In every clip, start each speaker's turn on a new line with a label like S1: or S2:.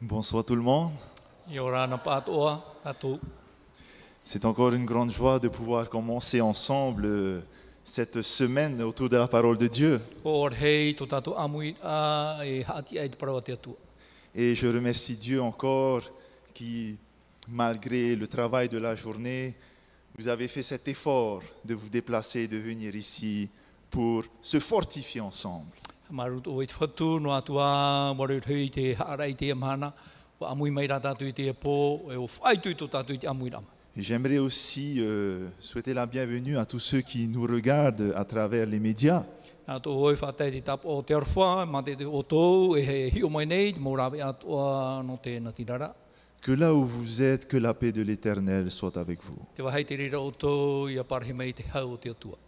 S1: Bonsoir tout le monde.
S2: Yorana Patoa, Tatou.
S1: C'est encore une grande joie de pouvoir commencer ensemble euh, cette semaine autour de la parole de Dieu.
S2: Or hei tō tātou amui a e hati ai te parawa te atua.
S1: Et je remercie Dieu encore qui, malgré le travail de la journée, vous avez fait cet effort de vous déplacer et de venir ici pour se fortifier ensemble.
S2: Maru tō i te whatu, no atua waru hui te haarai te amhana, wa amui mai rā tātou i te pō, e o whaitu i tō tātou i te amui rama.
S1: Et J'aimerais aussi euh, souhaiter la bienvenue à tous ceux qui nous regardent à travers les médias.
S2: Nā tō hoi whātai te tap o te arwha, mā te te o tōu, e he hi o mai nei, mō rāwe atua no te natirara.
S1: Que là où vous êtes, que la paix de l'Éternel soit avec vous.
S2: Te wahai te rira o tōu, i a parhe mai te hau o te atua.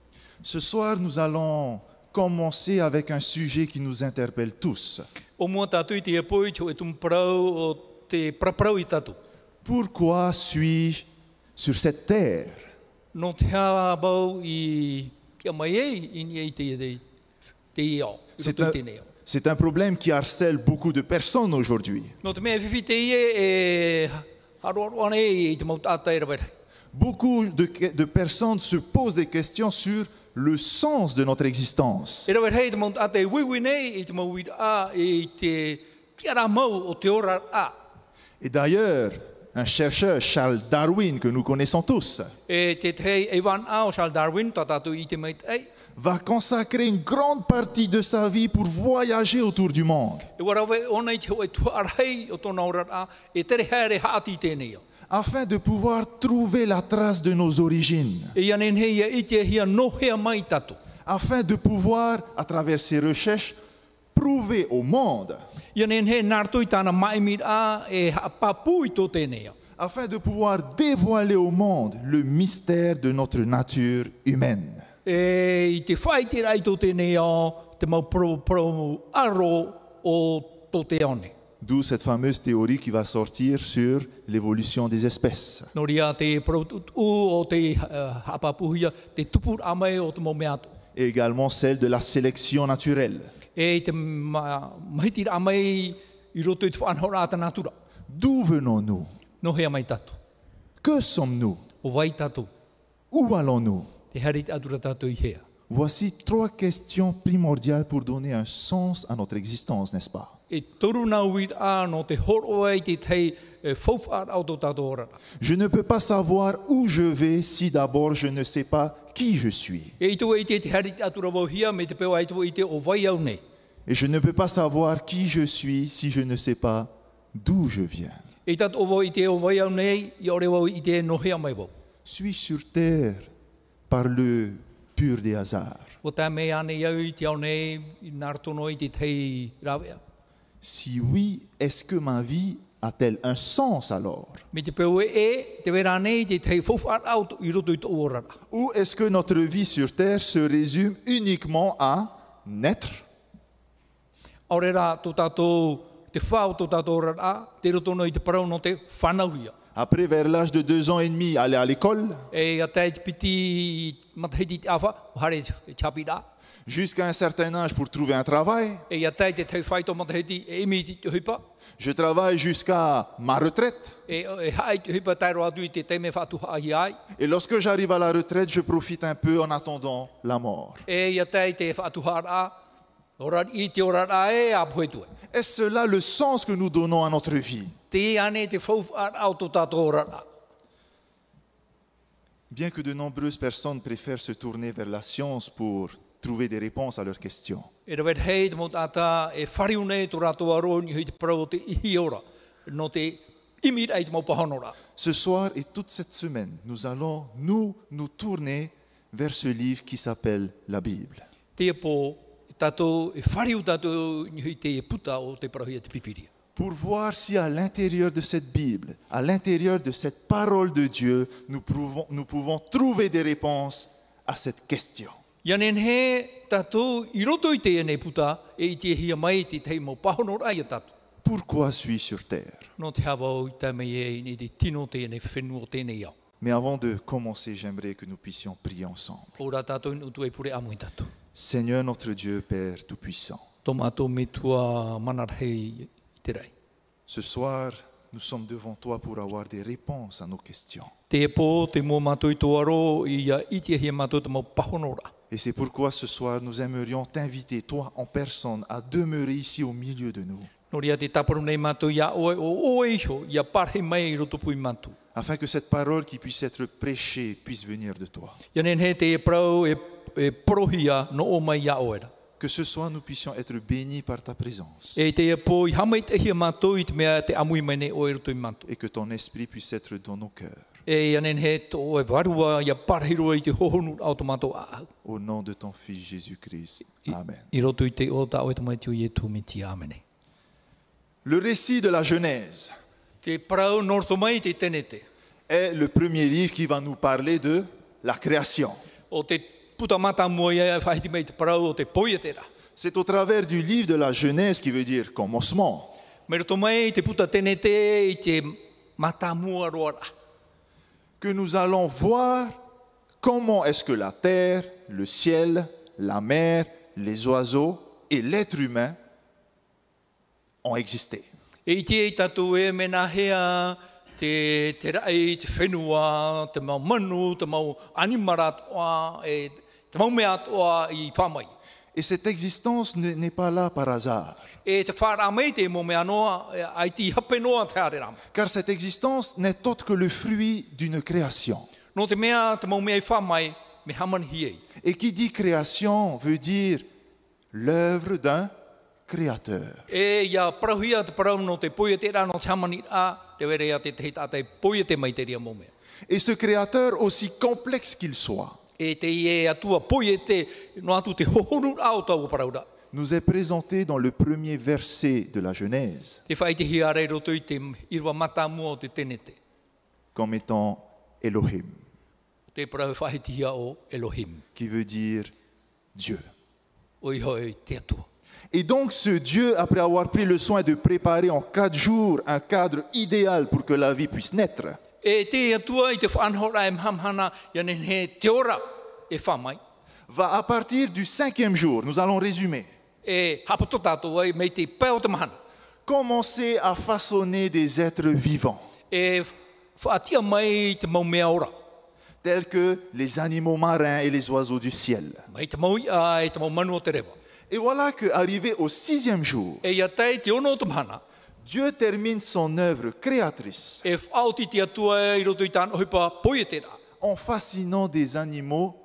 S1: Ce soir, nous allons commencer avec un sujet qui nous interpelle tous.
S2: O mua tātou i te pō i te hoi tumparau o te praparau i tātou.
S1: Pourquoi suis-je sur cette terre
S2: No te hābau i kia mai ei, i ni ei te i te, te i au, i
S1: C'est
S2: roto
S1: un,
S2: i tēnei au.
S1: c'est un problème qui harcèle beaucoup de personnes aujourd'hui.
S2: No te mea whiwhi te i e, e haroaro ane i te mautata e rawerai.
S1: Beaucoup de, que- de personnes se posent des questions sur le sens de notre existence.
S2: E rawerai i te mautata e wiwi nei, i te mauira a, i te kia rā mau o te ora a.
S1: Et d'ailleurs, un chercheur, Charles Darwin, que nous connaissons tous,
S2: E te tei e wan a o Charles Darwin, tā tātou i te meit ei.
S1: va consacrer une grande partie de sa vie pour voyager autour du monde,
S2: E warawe ona i te hoi tuarei o tōna ora a, e tere haere haati i tēnei au.
S1: afin de pouvoir trouver la trace de nos origines,
S2: E ianen hei ia i te hia nohea mai tātou.
S1: afin de pouvoir, à travers ses recherches, prouver au monde,
S2: Ia nen he nārtu i tāna maimir a e papu i tō tēnei au.
S1: afin de pouvoir dévoiler au monde le mystère de notre nature humaine.
S2: E i te whai te rai tō tēnei au, te mau pro, pro aro o tō te one.
S1: D'où cette fameuse théorie qui va sortir sur l'évolution des espèces.
S2: Nō ria te protutu o te uh, hapapuhia, te tupur amai o te mau mea tō.
S1: Et également celle de la sélection naturelle.
S2: E i te ma, mahitira amai i roto i te whanhora ata natura.
S1: D'où venons-nous
S2: Nō hea mai tātou.
S1: Que sommes-nous
S2: O vai tātou.
S1: Où allons-nous
S2: Te hari te atura tātou i hea.
S1: Voici trois questions primordiales pour donner un sens à notre existence, n'est-ce pas
S2: E toru nā uir a no te horo ai te tei e, fauwhaar au tō tātou orara.
S1: Je ne peux pas savoir où je vais si d'abord je ne sais pas qui je suis.
S2: E i tō e te te hari te atura wau hia me te peo ai tō i te o vai au nei.
S1: Et je ne peux pas savoir qui je suis si je ne sais pas d'où je viens.
S2: E tat o wau i te o vai au nei, i ore wau i te nohea mai wau.
S1: Suis sur terre par le pur des hasards.
S2: O tā mei ane iau i te au nei, i nārtono i te tei rawea.
S1: Si oui, est-ce que ma vie a-t-elle un sens alors
S2: Me te peo e e, te wera nei te tei fauwhaar au tō i roto i tō orara.
S1: Ou est-ce que notre vie sur terre se résume uniquement à naître,
S2: Aore rā tō tātou te whao tō tātou orara, te rotono i te parau no te whanauia.
S1: après vers l'âge de deux ans et demi, aller à l'école,
S2: E a tei te piti matahiti te awha, hare e chapi rā.
S1: jusqu'à un certain âge pour trouver un travail,
S2: E a tei te tei whai tō matahiti e imi i te huipa.
S1: je travaille jusqu'à ma retraite,
S2: E, e hai te hipa tai roa tui te teme whātuha ahi ai.
S1: et lorsque j'arrive à la retraite, je profite un peu en attendant la mort.
S2: E ia tai te whātuha rā. Ora i te ora rā e a poe tue.
S1: Est-ce là le sens que nous donnons à notre vie
S2: Te ane te whauwha rā o tō tātou ora rā.
S1: Bien que de nombreuses personnes préfèrent se tourner vers la science pour trouver des réponses à leurs questions.
S2: E rawet hei te mōt ata e whariu nei tō rātou aro ni hui te parau o te ihi ora. No te imir ai te maupahono rā.
S1: Ce soir et toute cette semaine, nous allons nous nous tourner vers ce livre qui s'appelle la Bible.
S2: Te pō, tātou e whariu tātou ni hui te puta o te parahia te pipiria.
S1: Pour voir si à l'intérieur de cette Bible, à l'intérieur de cette parole de Dieu, nous pouvons, nous pouvons trouver des réponses à cette question.
S2: Ia nen he tātou i roto i te ene puta e i te hia mai te tei maupahono rā ia tātou.
S1: Pourquoi suis-je sur terre
S2: No te hawa o i tāmei e i nei te tino tēnei whenua tēnei au.
S1: Mais avant de commencer, j'aimerais que nous puissions prier ensemble.
S2: Ora tātou inu tu e pure amui tātou.
S1: Seigneur notre Dieu, Père Tout-Puissant,
S2: Tō mātou me tua manarhei i te rai.
S1: Ce soir, nous sommes devant toi pour avoir des réponses à nos questions.
S2: Te pō te mō mātou i tō aro i a iti he mātou te mau pahonora.
S1: Et c'est pourquoi ce soir, nous aimerions t'inviter, toi en personne, à demeurer ici au milieu de nous,
S2: No rea te taparu nei mātou ia oe o oe iho, ia parhe mai i roto pui mātou.
S1: afin que cette parole qui puisse être prêchée puisse venir de toi.
S2: Ia nen he te e prau e, e porohia no o mai ia oera.
S1: Que ce soir, nous puissions être bénis par ta présence
S2: E te e pō i hamai te hia mātou i te mea te amui mai nei oe roto i mātou.
S1: et que ton esprit puisse être dans nos cœurs.
S2: E ia nen he tō e varua ia parhiro i te hohonu au tō mātou ahau.
S1: Au nom de ton Fils Jésus-Christ. Amen.
S2: I roto i te o ta oe tamai tiu i e tūmiti āmene.
S1: Le récit de la Genèse
S2: Te prau norto mai i te tenete.
S1: est le premier livre qui va nous parler de la création.
S2: O te puta mata mua ia e whaiti mai te parau o te poia tera.
S1: C'est au travers du livre de la Genèse qui veut dire commencement
S2: Me roto mai i te puta tenete i te mata mua roara.
S1: que nous allons voir comment est-ce que la terre, le ciel, la mer, les oiseaux et l'être humain ont existé.
S2: E i te i tatu e mena hea te, te rai, te whenua, te mau manu, te mau animara toa, e, te mau mea toa i whamai.
S1: Et cette existence ne- n'est pas là par hasard,
S2: E te whara mei te mo mea noa, e, ai ti hape noa te are rama.
S1: car cette existence n'est autre que le fruit d'une création.
S2: No te mea, te mau mea i whamai, me haman hiei.
S1: Et qui dit création veut dire l'œuvre d'un créateur.
S2: E ia parahia te parau no te poia te rā no te hamani a, te were ia te te tātai poia te mai te ria mo mea.
S1: Et ce créateur, aussi complexe qu'il soit,
S2: E te i e atua poia te, no atu te hohoru au tau paraura.
S1: nous est présenté dans le premier verset de la Genèse
S2: Te whai te hiarei roto i te irwa mata mua o te tenete.
S1: comme étant Elohim,
S2: Te parau whai te hia o Elohim.
S1: qui veut dire Dieu.
S2: O i hoi te atua.
S1: Et donc ce Dieu, après avoir pris le soin de préparer en quatre jours un cadre idéal pour que la vie puisse naître,
S2: E te atua i te whanhora e mhamhana, ia nen he te ora e whamai.
S1: va à partir du cinquième jour, nous allons résumer,
S2: E hapato tātou ai mei te pēo te mahana.
S1: commencer à façonner des êtres vivants,
S2: E whaatia mai te mau mea ora.
S1: tels que les animaux marins et les oiseaux du ciel.
S2: Mai te maui a e te mau manu o te rewa.
S1: Et voilà que, arrivé au sixième jour,
S2: E ia tei te ono o te mahana,
S1: Dieu termine son œuvre créatrice
S2: e whaoti te atua e i roto i tāna hoipa poe te rā.
S1: en fascinant des animaux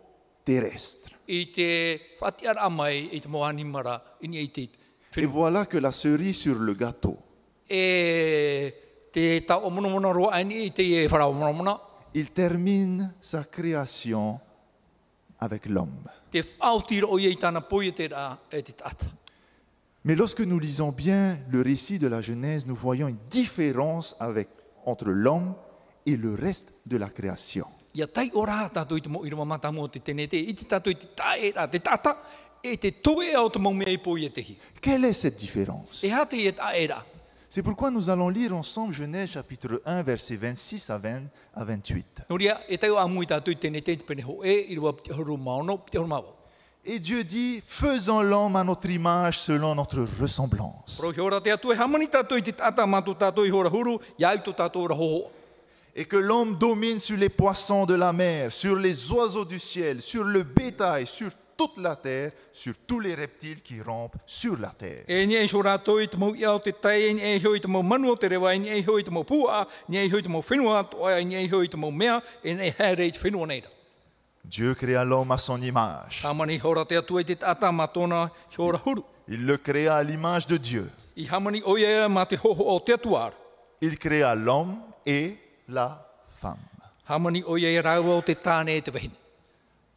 S1: terrestres.
S2: I te whaati ara mai i te mau animara, i ni e te
S1: Et
S2: whinu.
S1: voilà que la cerise sur le gâteau,
S2: E te tau o mono mono roa ani i te e whara o mono mono.
S1: il termine sa création avec l'homme.
S2: Te whaoti ro i tāna poe te rā e te tata.
S1: Mais lorsque nous lisons bien le récit de la Genèse, nous voyons une différence avec- entre l'homme et le reste de la création.
S2: Ia tai o rā tātou i te mo i rama mata mō te tene te, i te tātou i te tae rā te tata, e te toe au te mau mea i poe te hi.
S1: Quelle est cette différence
S2: E hate i e tae rā.
S1: C'est pourquoi nous allons lire ensemble Genèse chapitre 1, versets 26 à 20 à 28.
S2: Nō ria, e tau a mui tātou i tēne te pene ho e, i rua pte horu maono, pte horu mawa.
S1: Et Dieu dit, faisons l'homme à notre image selon notre ressemblance.
S2: Pro hiora te atu e hamani tātou i te tata mātou tātou i hora huru, iau tō tātou ora hoho.
S1: Et que l'homme domine sur les poissons de la mer, sur les oiseaux du ciel, sur le bétail, sur toute la terre, sur tous les reptiles qui rampent sur la terre.
S2: E ni e so rātou i te mau iau te tai, e ni e hoi te mau manu o te rewa, e ni e hoi te mau pua, e ni e hoi te mau whenua, toa, e ni e hoi te mau mea, e ni e haere i te whenua neira.
S1: Dieu créa l'homme à son image.
S2: Hamani hora te atu i te tata mātona i hora huru.
S1: Il le créa à l'image de Dieu.
S2: I hamani oia mā te hoho o te atuar.
S1: Il créa l'homme et la femme.
S2: Hamani oia e rāua o te tāne e te wehine.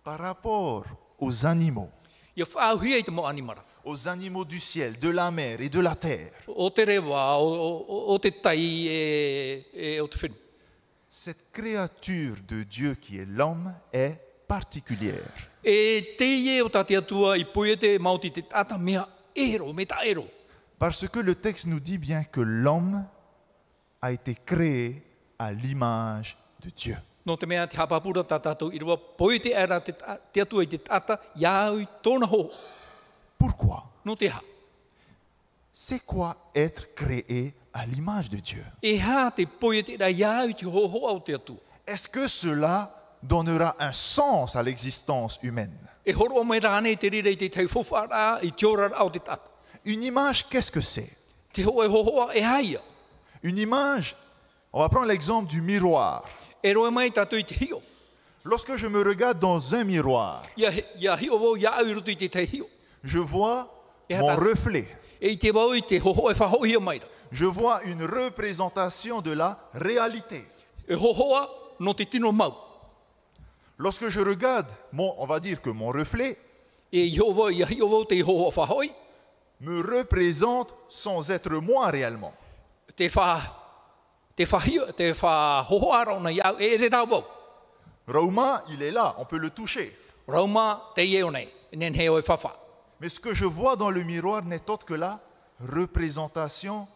S1: Par rapport aux animaux,
S2: Ia whāuhia i te mau animara.
S1: aux animaux du ciel, de la mer et de la terre,
S2: O te rewa, o, o, o te tai e, e o te whenu.
S1: cette créature de Dieu qui est l'homme est particulière.
S2: E te ie o tāte atua i poe te mauti te tata mea ero, me ta ero.
S1: Parce que le texte nous dit bien que l'homme a été créé à l'image de Dieu.
S2: No te mea te hapapura tā tātou i rua poe te ara te, ta- te atua i te tata iau i tōna ho.
S1: Pourquoi
S2: No te ha.
S1: C'est quoi être créé à à l'image de Dieu.
S2: E hā te poe te rā iau te hoho au te atua.
S1: Est-ce que cela donnera un sens à l'existence humaine
S2: E horo o mai rāne te rira i te tau whawhara i te ora au te tata.
S1: Une image, qu'est-ce que c'est
S2: Te hoa e hohoa e haia.
S1: Une image, on va prendre l'exemple du miroir.
S2: E roa mai tātou i te hio.
S1: Lorsque je me regarde dans un miroir,
S2: Ia, he- ia hio wau ia au i roto i te tau hio.
S1: je vois
S2: Et
S1: mon
S2: attends.
S1: reflet.
S2: E i te wau i te hoho e whahoia mai rā.
S1: Je vois une représentation de la réalité.
S2: E hohoa no te tino mau.
S1: Lorsque je regarde, mon, on va dire que mon reflet
S2: E i hio wau, ia hio wau te hoho whahoi.
S1: me représente sans être moi réellement.
S2: Te wha, te whahio, te whahohoa rāna iau e re rā wau.
S1: Rauma, il est là, on peut le toucher.
S2: Rauma te ieo nei. Nen he oi whawha.
S1: Mais ce que je vois dans le miroir n'est autre que la représentation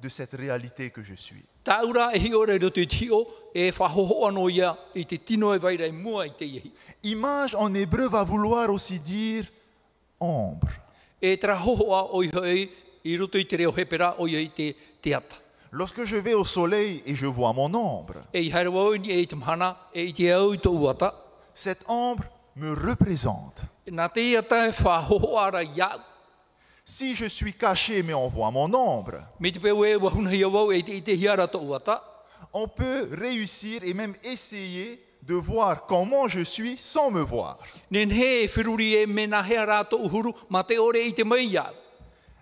S1: de cette réalité que je suis.
S2: Tā ura e hio re roto i te hio e whahohoa no ia i te tino e vaira i mua i te iei.
S1: Image en hébreu va vouloir aussi dire ombre.
S2: E tera hohoa o i hoi i roto i te reo hepera o i te teata.
S1: Lorsque je vais au soleil et je vois mon ombre,
S2: E i haere wau ni e i te mhana, e i te au i tō uata.
S1: cette ombre me représente.
S2: Nā te iata e whahohoa ara iau.
S1: Si je suis caché mais on voit mon ombre,
S2: Me te peu e wahuna hia wau e te i te hiara tō uata.
S1: on peut réussir et même essayer de voir comment je suis sans me voir.
S2: Nen he e whiruri e mena hea rā tō uhuru, ma te ore i te mai iau.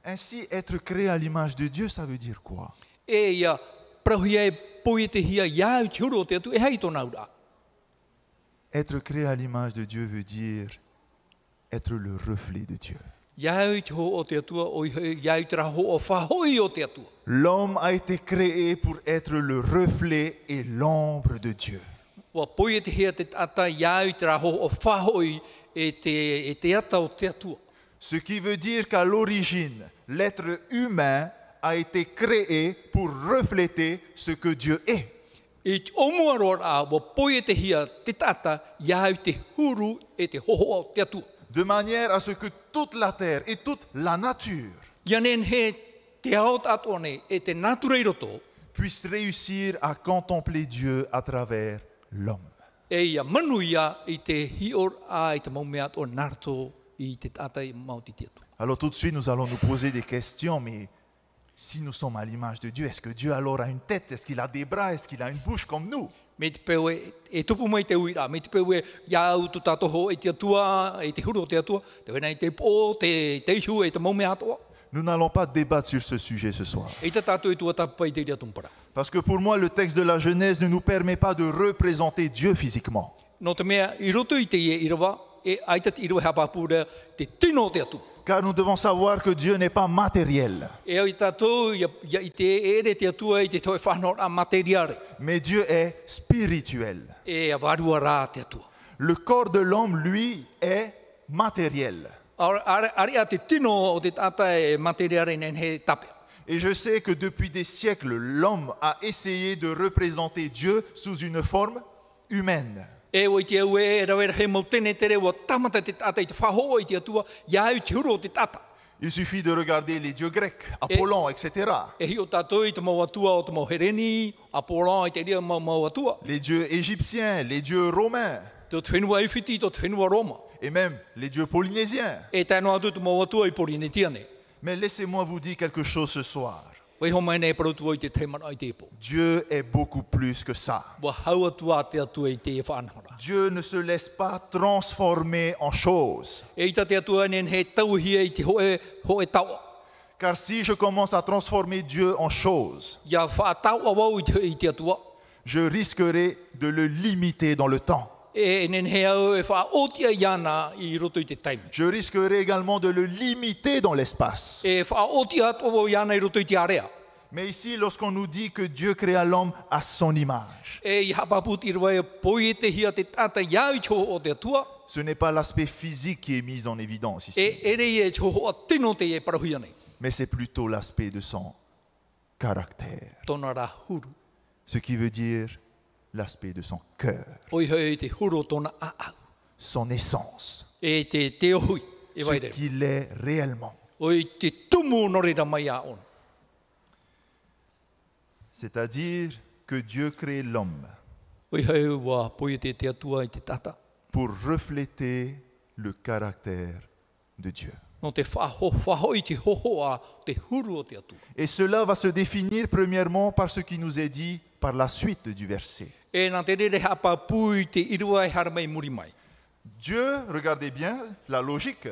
S1: Ainsi, être créé à l'image de Dieu, ça veut dire quoi
S2: E ia, prahuia e poe te hia iau te huru o te atu, e hei tō naura.
S1: Être créé à l'image de Dieu veut dire être le reflet de Dieu.
S2: Iau te ho o te atua, o i hoi- iau te raho o whahoi o te atua.
S1: L'homme a été créé pour être le reflet et l'ombre de Dieu.
S2: Wa poe e te hea te tata iau te raho o whahoi e te, e te ata o te atua.
S1: Ce qui veut dire qu'à l'origine, l'être humain a été créé pour refléter ce que Dieu est.
S2: E te omua roa rā, wa poe e te hea te tata iau te huru e te hoho o te atua.
S1: De manière à ce que toute la terre et toute la nature
S2: Ianen he te ao tātuane e te nāturei roto,
S1: puissent réussir à contempler Dieu à travers l'homme.
S2: e ia manu ia i te hior a i te maumea o narto i te tata i mauti te atua.
S1: Alors tout de suite, nous allons nous poser des questions, mais si nous sommes à l'image de Dieu, est-ce que Dieu alors a une tête Est-ce qu'il a des bras Est-ce qu'il a une bouche comme nous
S2: Me te peo e, e tupu mai te uira, me te peo e iau tu tātoho e te atua, e te huru o te atua, te wena i te pō, te, te ihu e te maumea atua,
S1: Nous n'allons pas débattre sur ce sujet ce soir.
S2: e te tātou e tua tāpai te rea tumpara.
S1: Parce que pour moi, le texte de la Genèse ne nous permet pas de représenter Dieu physiquement.
S2: No te mea, i roto i te ie i rawa, e aitat i rawa hapapura te tino o te atu.
S1: Car nous devons savoir que Dieu n'est pas matériel,
S2: E au i tātou, ia, ia, i te ere te atua, i te toi whanor a materiare,
S1: mais Dieu est spirituel.
S2: e a varua rā te atua.
S1: Le corps de l'homme, lui, est matériel.
S2: Ar- ar- Ari a te tino o te tata e materiare nen he tape.
S1: Et je sais que depuis des siècles, l'homme a essayé de représenter Dieu sous une forme humaine.
S2: E o i te au e rawera he mau tene tere o tamata te tata i te whaho i te atua, iau te huro o te tata.
S1: Il suffit de regarder les dieux grecs, Apollon, etc.
S2: E hi o tātou i te mau atua o te mau hereni, a pōrā i te ria mau mau atua,
S1: Les dieux égyptiens, les dieux romains,
S2: tō te whenua iwhiti, tō te whenua Roma.
S1: et même les dieux polynésiens.
S2: E tēnā atu te mau atua i Porinetiane.
S1: Mais laissez-moi vous dire quelque chose ce soir.
S2: Wei ho mai nei parautua i te teimana i te epo.
S1: Dieu est beaucoup plus que ça.
S2: Wa hau atua te atua i te e whanahora.
S1: Dieu ne se laisse pas transformer en choses.
S2: E i te atua nen he tauhia i te hoe, hoe taua.
S1: Car si je commence à transformer Dieu en choses,
S2: Ia whaataua wau i te, i te atua.
S1: je risquerai de le limiter dans le temps.
S2: e nen he au e wha otia iana i roto i te taimi.
S1: Je risquerai également de le limiter dans l'espace.
S2: E wha otia atovo iana i roto i te area.
S1: Mais ici, lorsqu'on nous dit que Dieu créa l'homme à son image,
S2: E i hapaput i rwai poe te hia te tata iau i toho o te atua,
S1: ce n'est pas l'aspect physique qui est mis en évidence ici,
S2: e ere i e toho a tino te e parahuia nei.
S1: mais c'est plutôt l'aspect de son caractère,
S2: Tōna rā huru.
S1: ce qui veut dire l'aspect de son cœur,
S2: Oi hei te huru o tōna a au.
S1: son essence,
S2: E te te ohui. E
S1: ce
S2: vai rei.
S1: qu'il est réellement.
S2: Oi te tumu norera mai a on.
S1: c'est-à-dire que Dieu crée l'homme
S2: Oi hei wā poe te te atua i te tata.
S1: pour refléter le caractère de Dieu.
S2: No te whaho, whaho i te hoho a te huru o te atua.
S1: Et cela va se définir premièrement par ce qui nous est dit par la suite du verset.
S2: E nā te rere hapa pūi te irua e hara mai muri mai.
S1: Dieu, regardez bien la logique,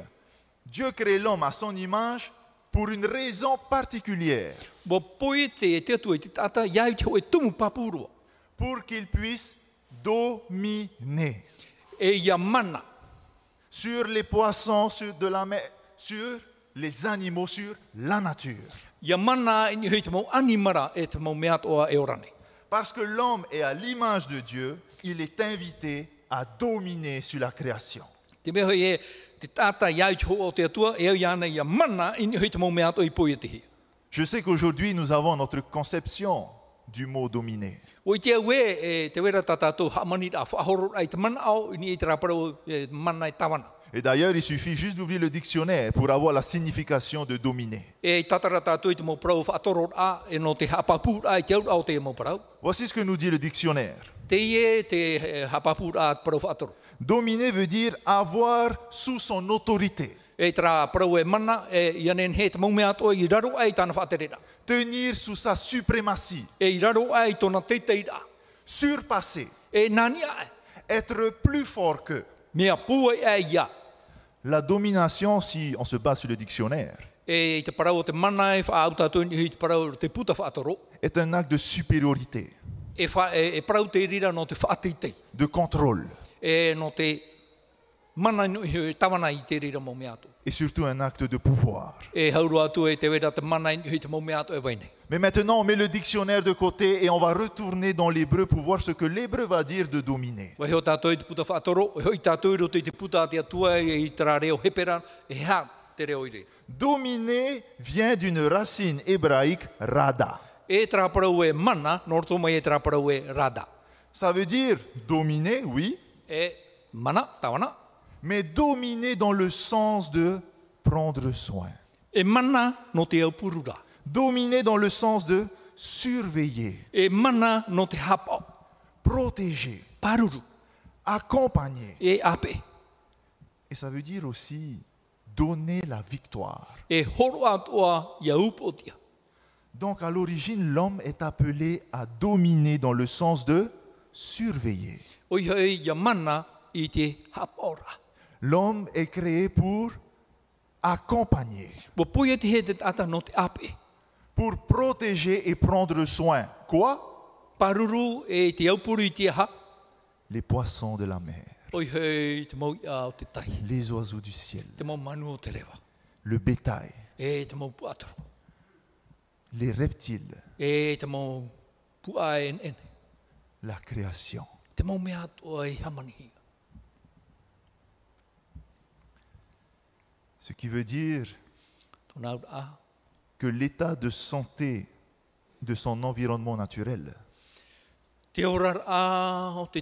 S1: Dieu crée l'homme à son image pour une raison particulière,
S2: Wa poe te e te atua i te tata, iau te hoi tumu papurua.
S1: pour qu'il puisse dominer
S2: E ia mana,
S1: sur les poissons, sur de la mer, sur les animaux, sur la nature.
S2: ia mana i ni hei te mau animara e te mau mea toa e orane.
S1: Parce que l'homme est à l'image de Dieu, il est invité à dominer sur la création.
S2: Te mea hoi e te tata iau te hoi o te atua, e au iana ia mana i ni hei te mau mea toa i poe te hea.
S1: Je sais qu'aujourd'hui nous avons notre conception du mot dominer.
S2: O i te aue, e, te wera tātātou hamani a whahoro ai te mana au, i ni i te rāparau e, mana i tawana.
S1: Et d'ailleurs, il suffit juste d'ouvrir le dictionnaire pour avoir la signification de dominer.
S2: E i tātara tātou i te mau parau whaatoro a, e no te hapapūr a i te aur au te mau parau.
S1: Voici ce que nous dit le dictionnaire.
S2: Te ie te e, hapapūr a te parau whaatoro.
S1: Dominer veut dire avoir sous son autorité,
S2: E te rā parau e mana, e i anen he te mau mea toa i raro ai tāna whaaterera.
S1: tenir sous sa suprématie,
S2: E i raro ai tōna teiteira.
S1: surpasser,
S2: E nani ai,
S1: être plus fort que.
S2: mea pua e ai ia.
S1: La domination, si on se base sur le dictionnaire,
S2: E i te parau o te mana e whaau tātou i te parau te puta whaatoro.
S1: est un acte de supériorité,
S2: E, wha, e, e parau te rira no te whaatitei.
S1: de contrôle
S2: e no te mana no i tawana i te rira mo mea atu.
S1: et surtout un acte de pouvoir.
S2: E hauru atu e te wera te mana i te mo mea atu e wainei.
S1: Mais maintenant, on met le dictionnaire de côté et on va retourner dans l'hébreu pour voir ce que l'hébreu va dire de dominer.
S2: Wa heo tātou i te puta whaatoro, e hoi tātou i roto i te puta a te atua e i tera reo hepera, e hea te reo i re.
S1: Dominer vient d'une racine hébraïque rada.
S2: E tera parau e mana, norto mai e tera parau e rada.
S1: Ça veut dire dominer, oui,
S2: E mana, tawana,
S1: mais dominer dans le sens de prendre soin.
S2: e mana no te au purura,
S1: Dominer dans le sens de surveiller,
S2: e mana no te hapau,
S1: protéger,
S2: paruru,
S1: accompagner.
S2: e ape,
S1: Et ça veut dire aussi donner la victoire.
S2: e horo atua i au potia.
S1: Donc à l'origine, l'homme est appelé à dominer dans le sens de surveiller.
S2: Oi hei e ia mana i te hapaura.
S1: L'homme est créé pour accompagner,
S2: Wa poia te he te tata no te ape.
S1: pour protéger et prendre soin. Quoi
S2: Paruru e te aupuru i te aha.
S1: Les poissons de la mer,
S2: Oi hei te mau i au te tahi.
S1: les oiseaux du ciel,
S2: Te mau manu o te rewa.
S1: le bétail,
S2: E te mau puatoro.
S1: les reptiles,
S2: E te mau pua en en.
S1: la création.
S2: Te mau mea atua i hamanihi.
S1: Ce qui veut dire
S2: Tōna "Ah, aura a.
S1: que l'état de santé de son environnement naturel
S2: Te orar a o te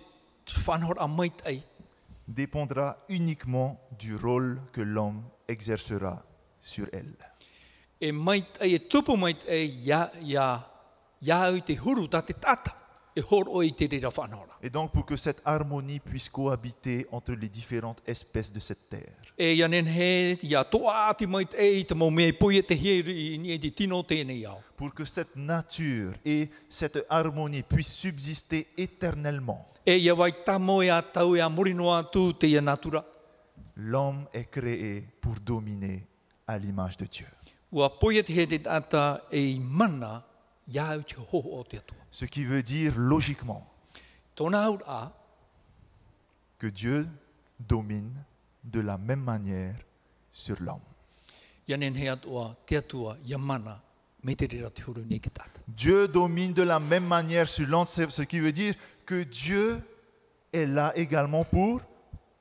S2: whanhor a maitai.
S1: dépendra uniquement du rôle que l'homme exercera sur elle.
S2: E maitai, e tupu maitai ia, ia, ia au i te huru ta te tata. E horo i te rira whanhora.
S1: Et donc pour que cette harmonie puisse cohabiter entre les différentes espèces de cette terre.
S2: E ia nen he, ia toa ati maitai, te mau mea i poia te hiri i ni e te tino tēnei au.
S1: pour que cette nature et cette harmonie puissent subsister éternellement,
S2: E ia wai tamo e a tau e a morino atu te ia natura.
S1: l'homme est créé pour dominer à l'image de Dieu.
S2: Ua poia te he te tata e i mana ia au te hoho o te atua.
S1: Ce qui veut dire logiquement
S2: Tōna "Ah, aur a,
S1: que Dieu domine de la même manière sur l'homme.
S2: ia nen he atua, te atua, ia mana, me te rira te huru ni ki tata.
S1: Dieu domine de la même manière sur l'homme, c'est ce qui veut dire que Dieu est là également pour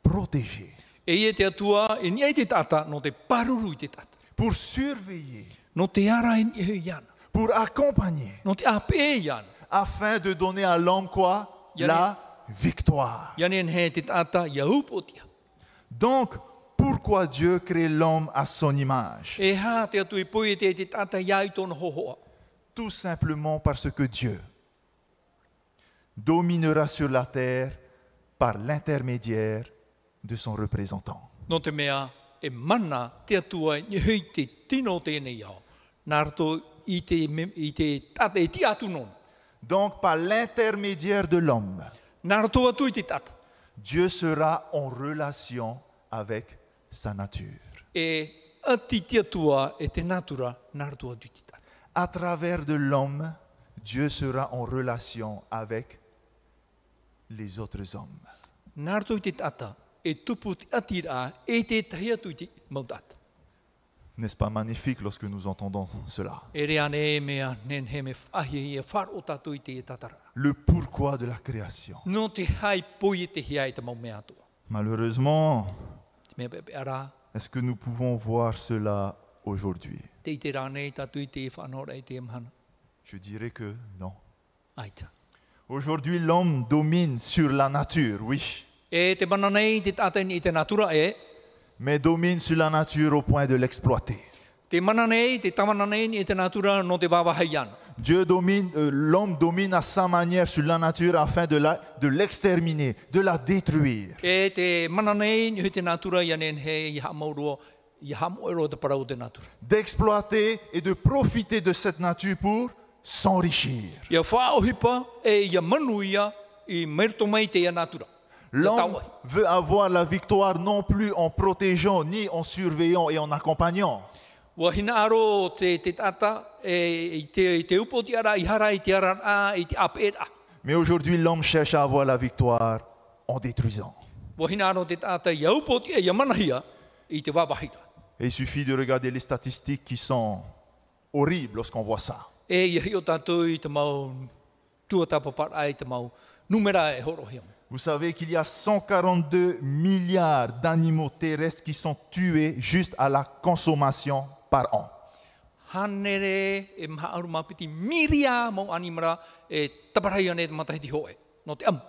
S1: protéger,
S2: E ia te atua, e ni ai te tata, no te paruru i te tata.
S1: pour surveiller,
S2: No te ara e ni hui iana.
S1: pour accompagner,
S2: No te ape e iana.
S1: afin de donner à l'homme quoi
S2: Il y a
S1: La victoire.
S2: Ia nen he te tata, ia upotia.
S1: Donc, pourquoi Dieu crée l'homme à son image
S2: E hā te atu i poia te te tata ia i tōna hohoa.
S1: tout simplement parce que Dieu dominera sur la terre par l'intermédiaire de son représentant.
S2: no te mea e mana te atua i hui te tino tēnei au. Nā rato i te, me- i te tata, e ti atu non.
S1: Donc par l'intermédiaire de l'homme,
S2: Nā rato atu i te tata.
S1: Dieu sera en relation avec sa nature.
S2: E ati te atua e te natura, nā rato atu i te tata.
S1: À travers de l'homme, Dieu sera en relation avec les autres hommes.
S2: Nā rato i te tata, e tupu te ati rā, e te tahi atu i te mautata.
S1: N'est-ce pas magnifique lorsque nous entendons cela
S2: E rea ne e mea, nen he me whahi e whar o tatu i te e tatara.
S1: Le pourquoi de la création.
S2: No te hai poi e te hea e te mau mea atua.
S1: Malheureusement,
S2: Te mea pepe ara,
S1: est-ce que nous pouvons voir cela aujourd'hui
S2: te i te rā nei tatu i te whanora i te mhana.
S1: Je dirais que non.
S2: Aita.
S1: Aujourd'hui, l'homme domine sur la nature, oui,
S2: E te mana nei, te tātai nei, te natura e,
S1: mais domine sur la nature au point de l'exploiter.
S2: te mana nei, te tamana nei, ni te natura no te wawahai ana.
S1: Dieu domine, euh, l'homme domine à sa manière sur la nature afin de la- de l'exterminer, de, la détruire.
S2: E te mana nei, ni hui te natura i anen he i ha mauro, i ha moero te parau te natura.
S1: D'exploiter et de profiter de cette nature pour s'enrichir.
S2: Ia whaohipa e ia manuia i merto mai te ia natura. Ia
S1: L'homme
S2: tauai.
S1: veut avoir la victoire non plus en protégeant, ni en surveillant et en accompagnant,
S2: Wa hina aro te, te tata, e, i te, i te upo te ara, i hara, i te ara, a, i te apera.
S1: mais aujourd'hui l'homme cherche à avoir la victoire en détruisant.
S2: Wa hina aro te tata, i upo te ia manahia, i te wawahira.
S1: Et il suffit de regarder les statistiques qui sont horribles lorsqu'on voit ça.
S2: E ia hio tātou i te mau tuatapapara ai te mau numera e horo hiam.
S1: Vous savez qu'il y a 142 milliards d'animaux terrestres qui sont tués juste à la consommation par an.
S2: Hanere e maha aru mapiti miria mau animera e taparai ane te matahi ti hoe. No te am.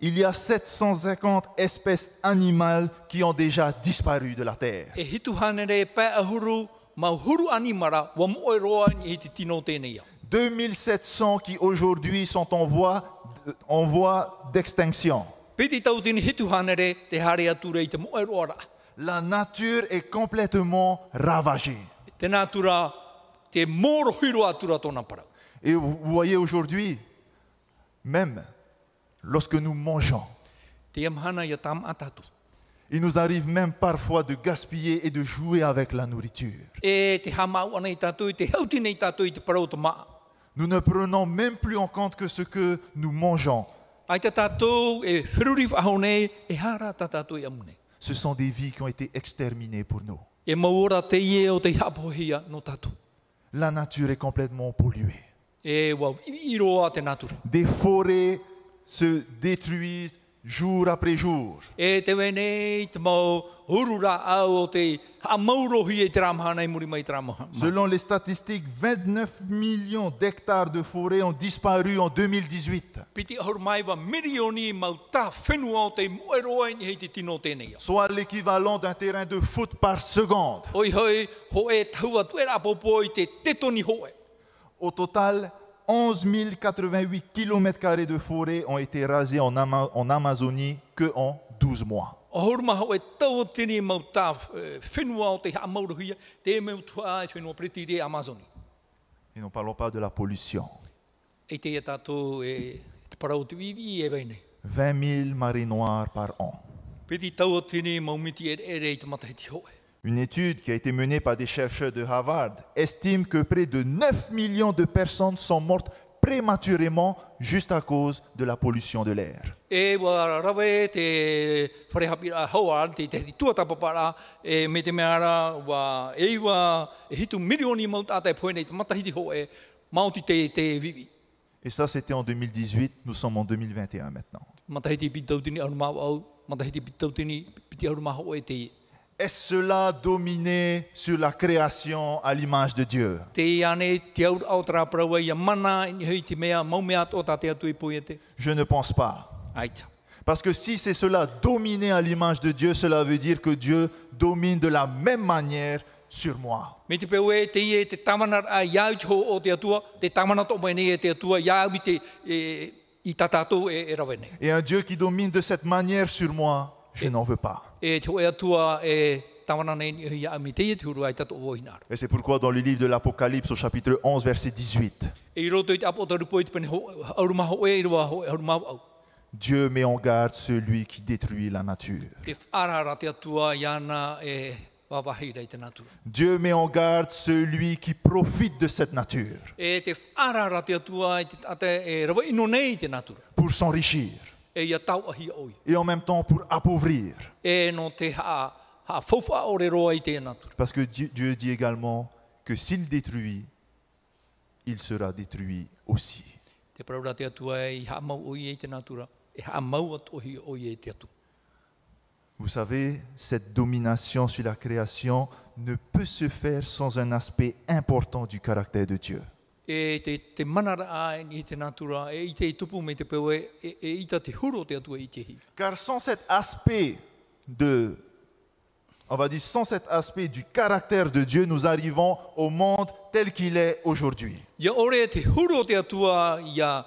S1: Il y a 750 espèces animales qui ont déjà disparu de la Terre.
S2: E hitu hanere e pē ahuru mau huru animera wa moe roa ni i te tino tēnei au.
S1: 2700 qui aujourd'hui sont en voie, en voie d'extinction.
S2: Piti tau tini hitu hanere te hare ature i te moe roa ra.
S1: La nature est complètement ravagée.
S2: Te nātura te mōro hiro atura tōna parau.
S1: Et vous vous voyez aujourd'hui, même lorsque nous mangeons,
S2: Te amhana ia tam atatu.
S1: il nous arrive même parfois de gaspiller et de jouer avec la nourriture.
S2: E te hamau ana i tātou i te hauti nei tātou i te parau te maa.
S1: Nous ne prenons même plus en compte que ce que nous mangeons.
S2: Ai te tātou e whiruri whahau nei, e hara tā tātou i amu nei.
S1: Ce sont des vies qui ont été exterminées pour nous.
S2: E maura te ie o te hapohia no tātou.
S1: La nature est complètement polluée.
S2: E wau i i roa te nātura.
S1: Des forêts se détruisent jour après jour.
S2: E te wenei te mau hurura au o te hamaurohi e te ramaha nei muri mai te ramaha.
S1: Selon les statistiques, 29 millions d'hectares de forêts ont disparu en 2018,
S2: Piti ahur mai wa mirioni i mau tā whenua o te moeroa i hei te tino tēnei. au.
S1: soit l'équivalent d'un terrain de foot par seconde.
S2: Oi hoi, ho e taua tuera popo i te tetoni e. hoe.
S1: Au total, 11 088 km de forêts ont été rasés en, Ama- en Amazonie que en 12 mois.
S2: Ahur maha o e tau tini mau tā eh, whenua o te hamaurohi e te meu tua e whenua preti re Amazoni.
S1: Et n'en parlons pas de la pollution.
S2: E te e tātou e te parau te vivi e wei nei.
S1: 20 000 marées noires par an.
S2: Peti tau o tini maumiti e ere i te matahi te hoe.
S1: Une étude qui a été menée par des chercheurs de Harvard estime que près de 9 millions de personnes sont mortes prématurément juste à cause de la pollution de l'air.
S2: E wā rawe te wharehapira hauan, te te tuatapapara, e me te meara, wā eiwa e hitu milioni mau tātai poe nei te matahi te hoe, mauti te te vivi.
S1: Et ça, c'était en 2018. Nous sommes en 2021 maintenant.
S2: Matahi te pitau tini arumau au, matahi te pitau tini piti arumau hoe te ie.
S1: Est-ce cela dominé sur la création à l'image de Dieu
S2: Te ane te aur au tara parawa ia mana i hei te mea mau mea tō tāte atu i poe te.
S1: Je ne pense pas.
S2: Aita.
S1: Parce que si c'est cela, dominer à l'image de Dieu, cela veut dire que Dieu domine de la même manière sur moi.
S2: Me te peu e te i e te tamana a iau te ho o te atua, te tamana to mai nei e te atua, iau i te e, i tatatou e, e rawe nei.
S1: Et un Dieu qui domine de cette manière sur moi, je n'en veux pas.
S2: E te ho e atua e tamana nei ni iau mi te i e te huru ai tatou o hinaro.
S1: Et c'est pourquoi dans le livre de l'Apocalypse au chapitre 11 verset 18,
S2: E i roto i te apo o taru poe te pene ho, auruma ho e, i roa ho e, auruma ho au.
S1: Dieu met en garde celui qui détruit la nature.
S2: Te arara te atua iana e wawahi rei te natura.
S1: Dieu met en garde celui qui profite de cette nature
S2: E te arara te atua e te ate e rawa ino nei te natura.
S1: pour s'enrichir
S2: E ia tau ahi oi.
S1: et en même temps pour appauvrir.
S2: E no te ha, ha fofa o re roa i te natura.
S1: Parce que Dieu Dieu dit également que s'il détruit, il sera détruit aussi.
S2: Te paraura te atua e i ha mau o i e te natura. E ha mau atu ahi o i e te atu.
S1: Vous savez, cette domination sur la création ne peut se faire sans un aspect important du caractère de Dieu.
S2: E te, te manara a i te natura. E i te tupu me te pewe. E, e ita te huro te atua i te hi.
S1: Car sans cet aspect de on va dire sans cet aspect du caractère de Dieu, nous arrivons au monde tel qu'il est aujourd'hui.
S2: Ia ore te huro te atua ia,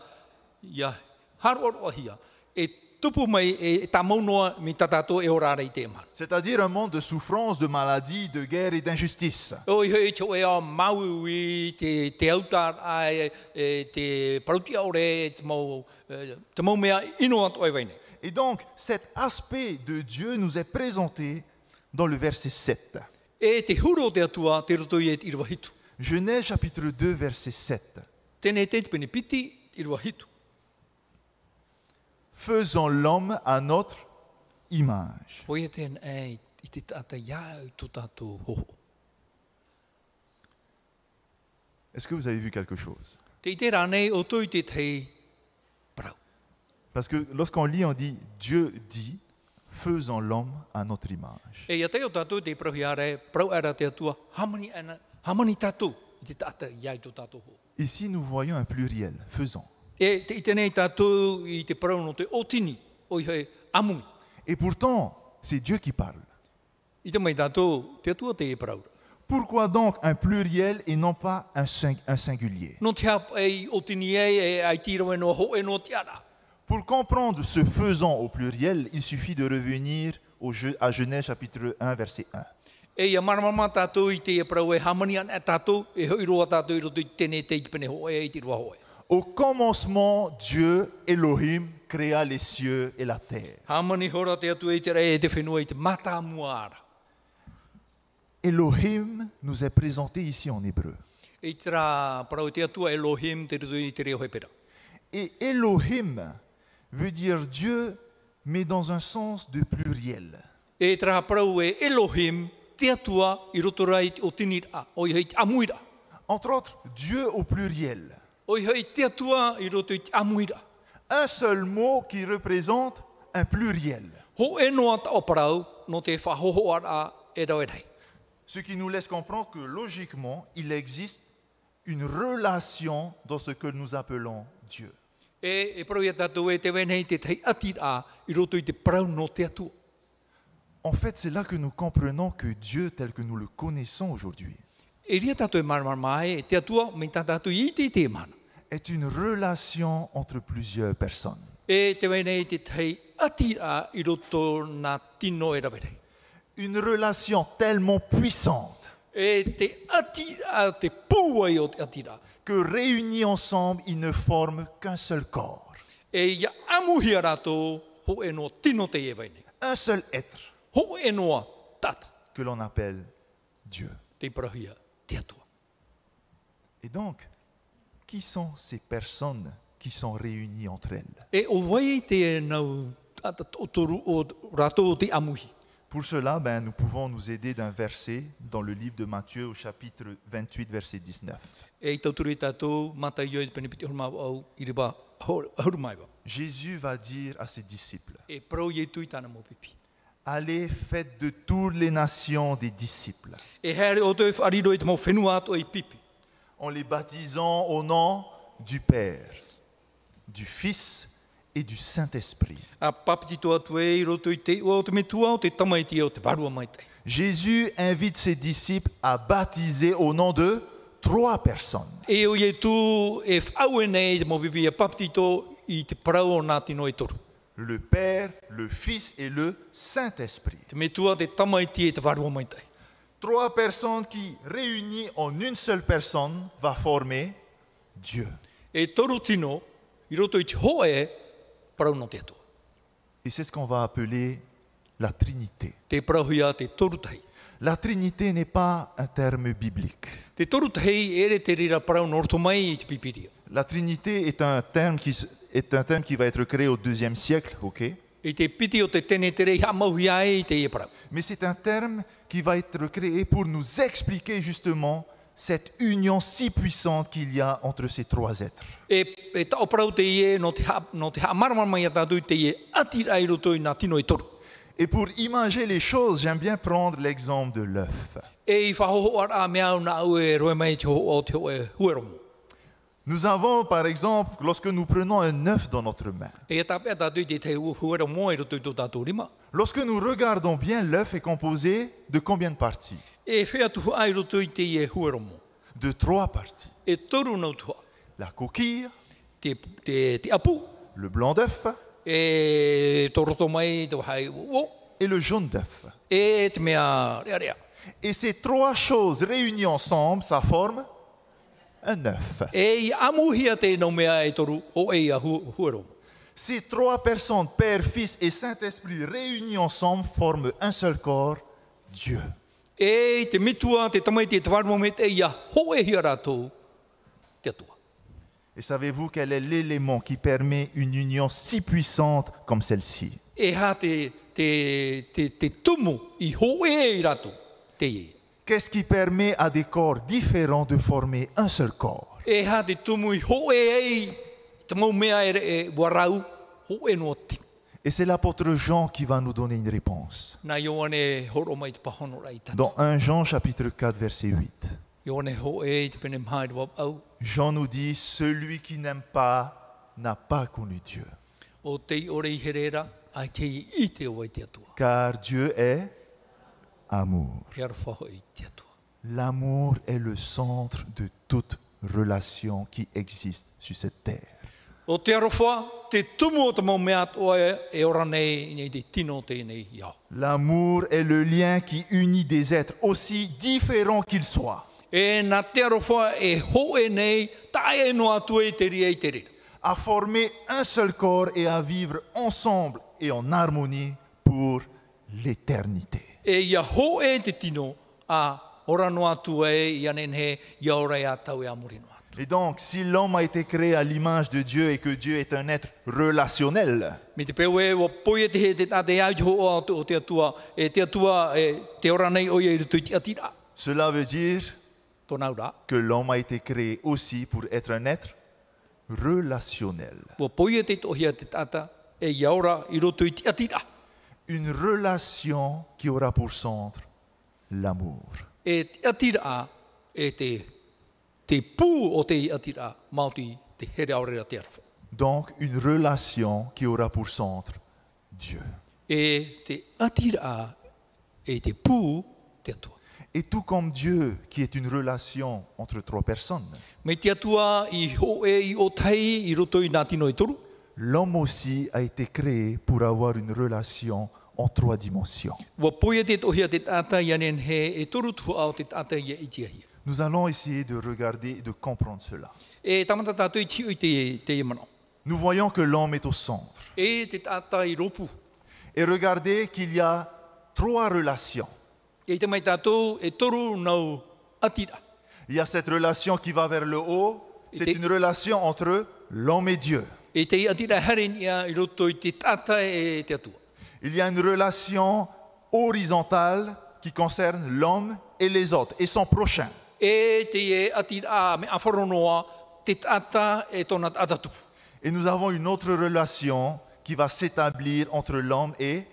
S2: ia haro oro ahia. E tupu mai e tā maunoa mi tatato e orara i te mana.
S1: C'est-à-dire un monde de souffrance, de maladie, de guerre et d'injustice.
S2: O i E hei te oe a mau i te, te autar a e, e, te parutia ore te mau, e, te mau mea ino atu ai waine.
S1: Et donc, cet aspect de Dieu nous est présenté dans le verset 7.
S2: E te huro te atua te roto i e te irua hitu.
S1: Genèse chapitre 2, verset 7.
S2: Tēnei te te pene piti irua hitu.
S1: Faisons l'homme à notre image.
S2: O i e tēnei i te tata iau tō tātou hoho.
S1: Est-ce que vous avez vu quelque chose
S2: Te i te rānei o tō i te tei parau.
S1: Parce que lorsqu'on lit, on dit Dieu dit, faisons l'homme à notre image.
S2: E ia tei o tātou te parau hiare, parau ara te atua, hamani ana, hamani tātou i te tata iau tō tātou hoho.
S1: Ici, nous voyons un pluriel, faisons.
S2: E te i tēnei tātou i te parau no te otini, o i hei amumi.
S1: Et pourtant, c'est Dieu qui parle.
S2: I te mai tātou, te atua te e paraura.
S1: Pourquoi donc un pluriel et non pas un sing- un singulier
S2: No te hap e i otini e, e ai tiro e no ho e no te ara.
S1: Pour comprendre ce faisant au pluriel, il suffit de revenir au Ge- à Genèse chapitre 1, verset 1.
S2: E ia marama tātou i te e parau e hamani an e tātou, e hoi roa tātou i roto i tēnei te i te pene ho e i te roa ho e.
S1: Au commencement, Dieu, Elohim, créa les cieux et la terre.
S2: Hamani hora te atua i te rei e te whenua i te mata muara.
S1: Elohim nous est présenté ici en hébreu.
S2: E te rā parau te atua Elohim te roto i te reo hepera.
S1: Et Elohim veut dire Dieu, mais dans un sens de pluriel.
S2: E te rā parau e Elohim te atua i roto rai o tinira, o i hei te amuira.
S1: Entre autres, Dieu au pluriel.
S2: O i hei te atua i roto i te amuira.
S1: Un seul mot qui représente un pluriel.
S2: Ho e noa o parau no te whahoho ara e rau e rei.
S1: Ce qui nous laisse comprendre que logiquement, il existe une relation dans ce que nous appelons Dieu.
S2: E, e parau ia tātou e te wenei te tei ati rā i roto i te parau no te atua.
S1: En fait, c'est là que nous comprenons que Dieu tel que nous le connaissons aujourd'hui
S2: E ria tātou e maramar mai e te atua me tā tātou i te te mana.
S1: est une relation entre plusieurs personnes.
S2: E te wenei te tei ati rā i roto nā tino e rau e rei.
S1: Une relation tellement puissante
S2: E te ati rā te pūa i o te ati rā.
S1: que réunis ensemble, ils ne forment qu'un seul corps,
S2: E ia amuhia rātou ho e noa tino te e wenei.
S1: un seul être
S2: Ho e noa tata
S1: que l'on appelle Dieu.
S2: te parauia te atua.
S1: Et donc, qui sont ces personnes qui sont réunies entre elles
S2: E o wai te nau tata o toru o rātou o te amuhi.
S1: Pour cela, ben, nous pouvons nous aider d'un verset dans le livre de Matthieu au chapitre 28, verset 19.
S2: E i tauturu i tātou, mata i oi te penipiti hurma au au, i riba hurmai wa.
S1: Jésus va dire à ses disciples,
S2: E pro i e tui tāna mō pipi.
S1: Allez, faites de toutes les nations des disciples,
S2: E here o tō e whariro i te mō whenua ato i pipi.
S1: en les baptisant au nom du Père, du Fils et du Saint-Esprit.
S2: A papi toa tue i e, roto i te ua o te metua o te tama i te o te varua mai te.
S1: Jésus invite ses disciples à baptiser au nom de trois personnes.
S2: E o i e tū e whau e nei te mobibi a papi tō i te parau o Ngāti Noe Toru.
S1: Le Père, le Fils et le Saint-Esprit.
S2: Te metua te tama i te e te varua mai te.
S1: Trois personnes qui, réunies en une seule personne, va former Dieu.
S2: E toru tino i roto i te hoa e parau no te atua.
S1: Et c'est ce qu'on va appeler la Trinité.
S2: Te parahuia te toru tahi.
S1: La Trinité n'est pas un terme biblique.
S2: Te toru tahi ere te rira parau norto mai i te pipiria.
S1: La Trinité est un terme qui, s- est un terme qui va être créé au deuxième siècle, ok
S2: I te piti o te tene te rei ha mauhia e i te e parau.
S1: Mais c'est un terme qui va être créé pour nous expliquer justement cette union si puissante qu'il y a entre ces trois êtres.
S2: E, e tau parau te ie no te, ha, no te ha marmar mai a tātou i te ie atira i roto i Ngāti Noe Toru.
S1: Et pour imager les choses, j'aime bien prendre l'exemple de l'œuf.
S2: E i whahoho ara mea au nā au e roe mai te ho o te ho e hueromo.
S1: Nous avons, par exemple, lorsque nous prenons un œuf dans notre main,
S2: E tā pēr tātou i te te hu- hueromo e roto i tō tātou rima.
S1: lorsque nous regardons bien, l'œuf est composé de combien de parties
S2: E whea tuhu ai roto i te ie hueromo.
S1: De trois parties.
S2: E toru nau tuha.
S1: La coquille,
S2: Te, te, te apu.
S1: le blanc d'œuf
S2: E tō roto mai te wahai uo.
S1: et le jaune d'œuf.
S2: E te mea rea rea.
S1: Et ces trois choses réunies ensemble, ça forme un œuf.
S2: E i amuhia te nau mea e toru o e a hu, hueromo.
S1: Ces trois personnes, Père, Fils et Saint-Esprit, réunies ensemble, forment un seul corps, Dieu.
S2: E te mitua, te tamai te tawarmo me te ia ho e hia rātou te atua.
S1: Et savez-vous quel est l'élément qui permet une union si puissante comme celle-ci
S2: E hā te, te, te, te tumu i ho e i rātou te ie.
S1: Qu'est-ce qui permet à des corps différents de former un seul corps
S2: E hā te tumu i ho e e te mau mea e, e warau ho e no te.
S1: Et c'est l'apôtre Jean qui va nous donner une réponse.
S2: Nā Ioane horo mai te pahono rai tata.
S1: Dans 1 Jean chapitre 4 verset 8,
S2: Ioane ho e i te pene mhaere wap au.
S1: Jean nous dit, celui qui n'aime pas n'a pas connu Dieu,
S2: O te i ore i herera, ai te i i te oa i te atua.
S1: car Dieu est amour.
S2: He ara whaho i te atua.
S1: L'amour est le centre de toute relation qui existe sur cette terre.
S2: O te arofa, te tumu o te mau mea toa e, e ora nei, nei te tino tēnei iau.
S1: L'amour est le lien qui unit des êtres aussi différents qu'ils soient,
S2: E nā te arofa e ho e nei, tae e no atu e te ria i te rira.
S1: à former un seul corps et à vivre ensemble et en harmonie pour l'éternité.
S2: E ia ho e te tino, a ora no atu e i anenhe, ia ora e a tau e a muri no atu.
S1: Et donc, si l'homme a été créé à l'image de Dieu et que Dieu est un être relationnel,
S2: Me te peo e o poe te he te tate au te ho o atu o te atua, e te atua e te ora nei o ia i rutu i te atira.
S1: cela veut dire
S2: Tōna ura,
S1: que l'homme a été créé aussi pour être un être relationnel.
S2: o poe e te tohia te tata, e ia ora i rutu i te atira.
S1: une relation qui aura pour centre l'amour.
S2: e te atira e te, te pū o te atira mauti te here aurera te arafo.
S1: Donc une relation qui aura pour centre Dieu.
S2: E te atira e te pū te atua.
S1: Et tout comme Dieu, qui est une relation entre trois personnes,
S2: Me te atua i ho e i o tai i roto i Ngāti Noe Toru.
S1: l'homme aussi a été créé pour avoir une relation en trois dimensions.
S2: Wa poia e te tohia te tata i anen he e toru tua o te tata i a itia hia.
S1: Nous allons essayer de regarder et de comprendre cela.
S2: E tamata tātou i tiu i te, te e mana.
S1: Nous voyons que l'homme est au centre.
S2: E te tata i ropu.
S1: Et regardez qu'il y a trois relations.
S2: E te mai tātou e toru nau atira.
S1: Il y a cette relation qui va vers le haut. C'est
S2: Et-
S1: une relation entre l'homme et Dieu.
S2: E te atira haren ia i roto i te tata e te atua.
S1: Il y a une relation horizontale qui concerne l'homme et les autres et son prochain.
S2: e te e ati a me a whoronoa te tata e tona tata tupu.
S1: Et nous avons une autre relation qui va s'établir entre l'homme et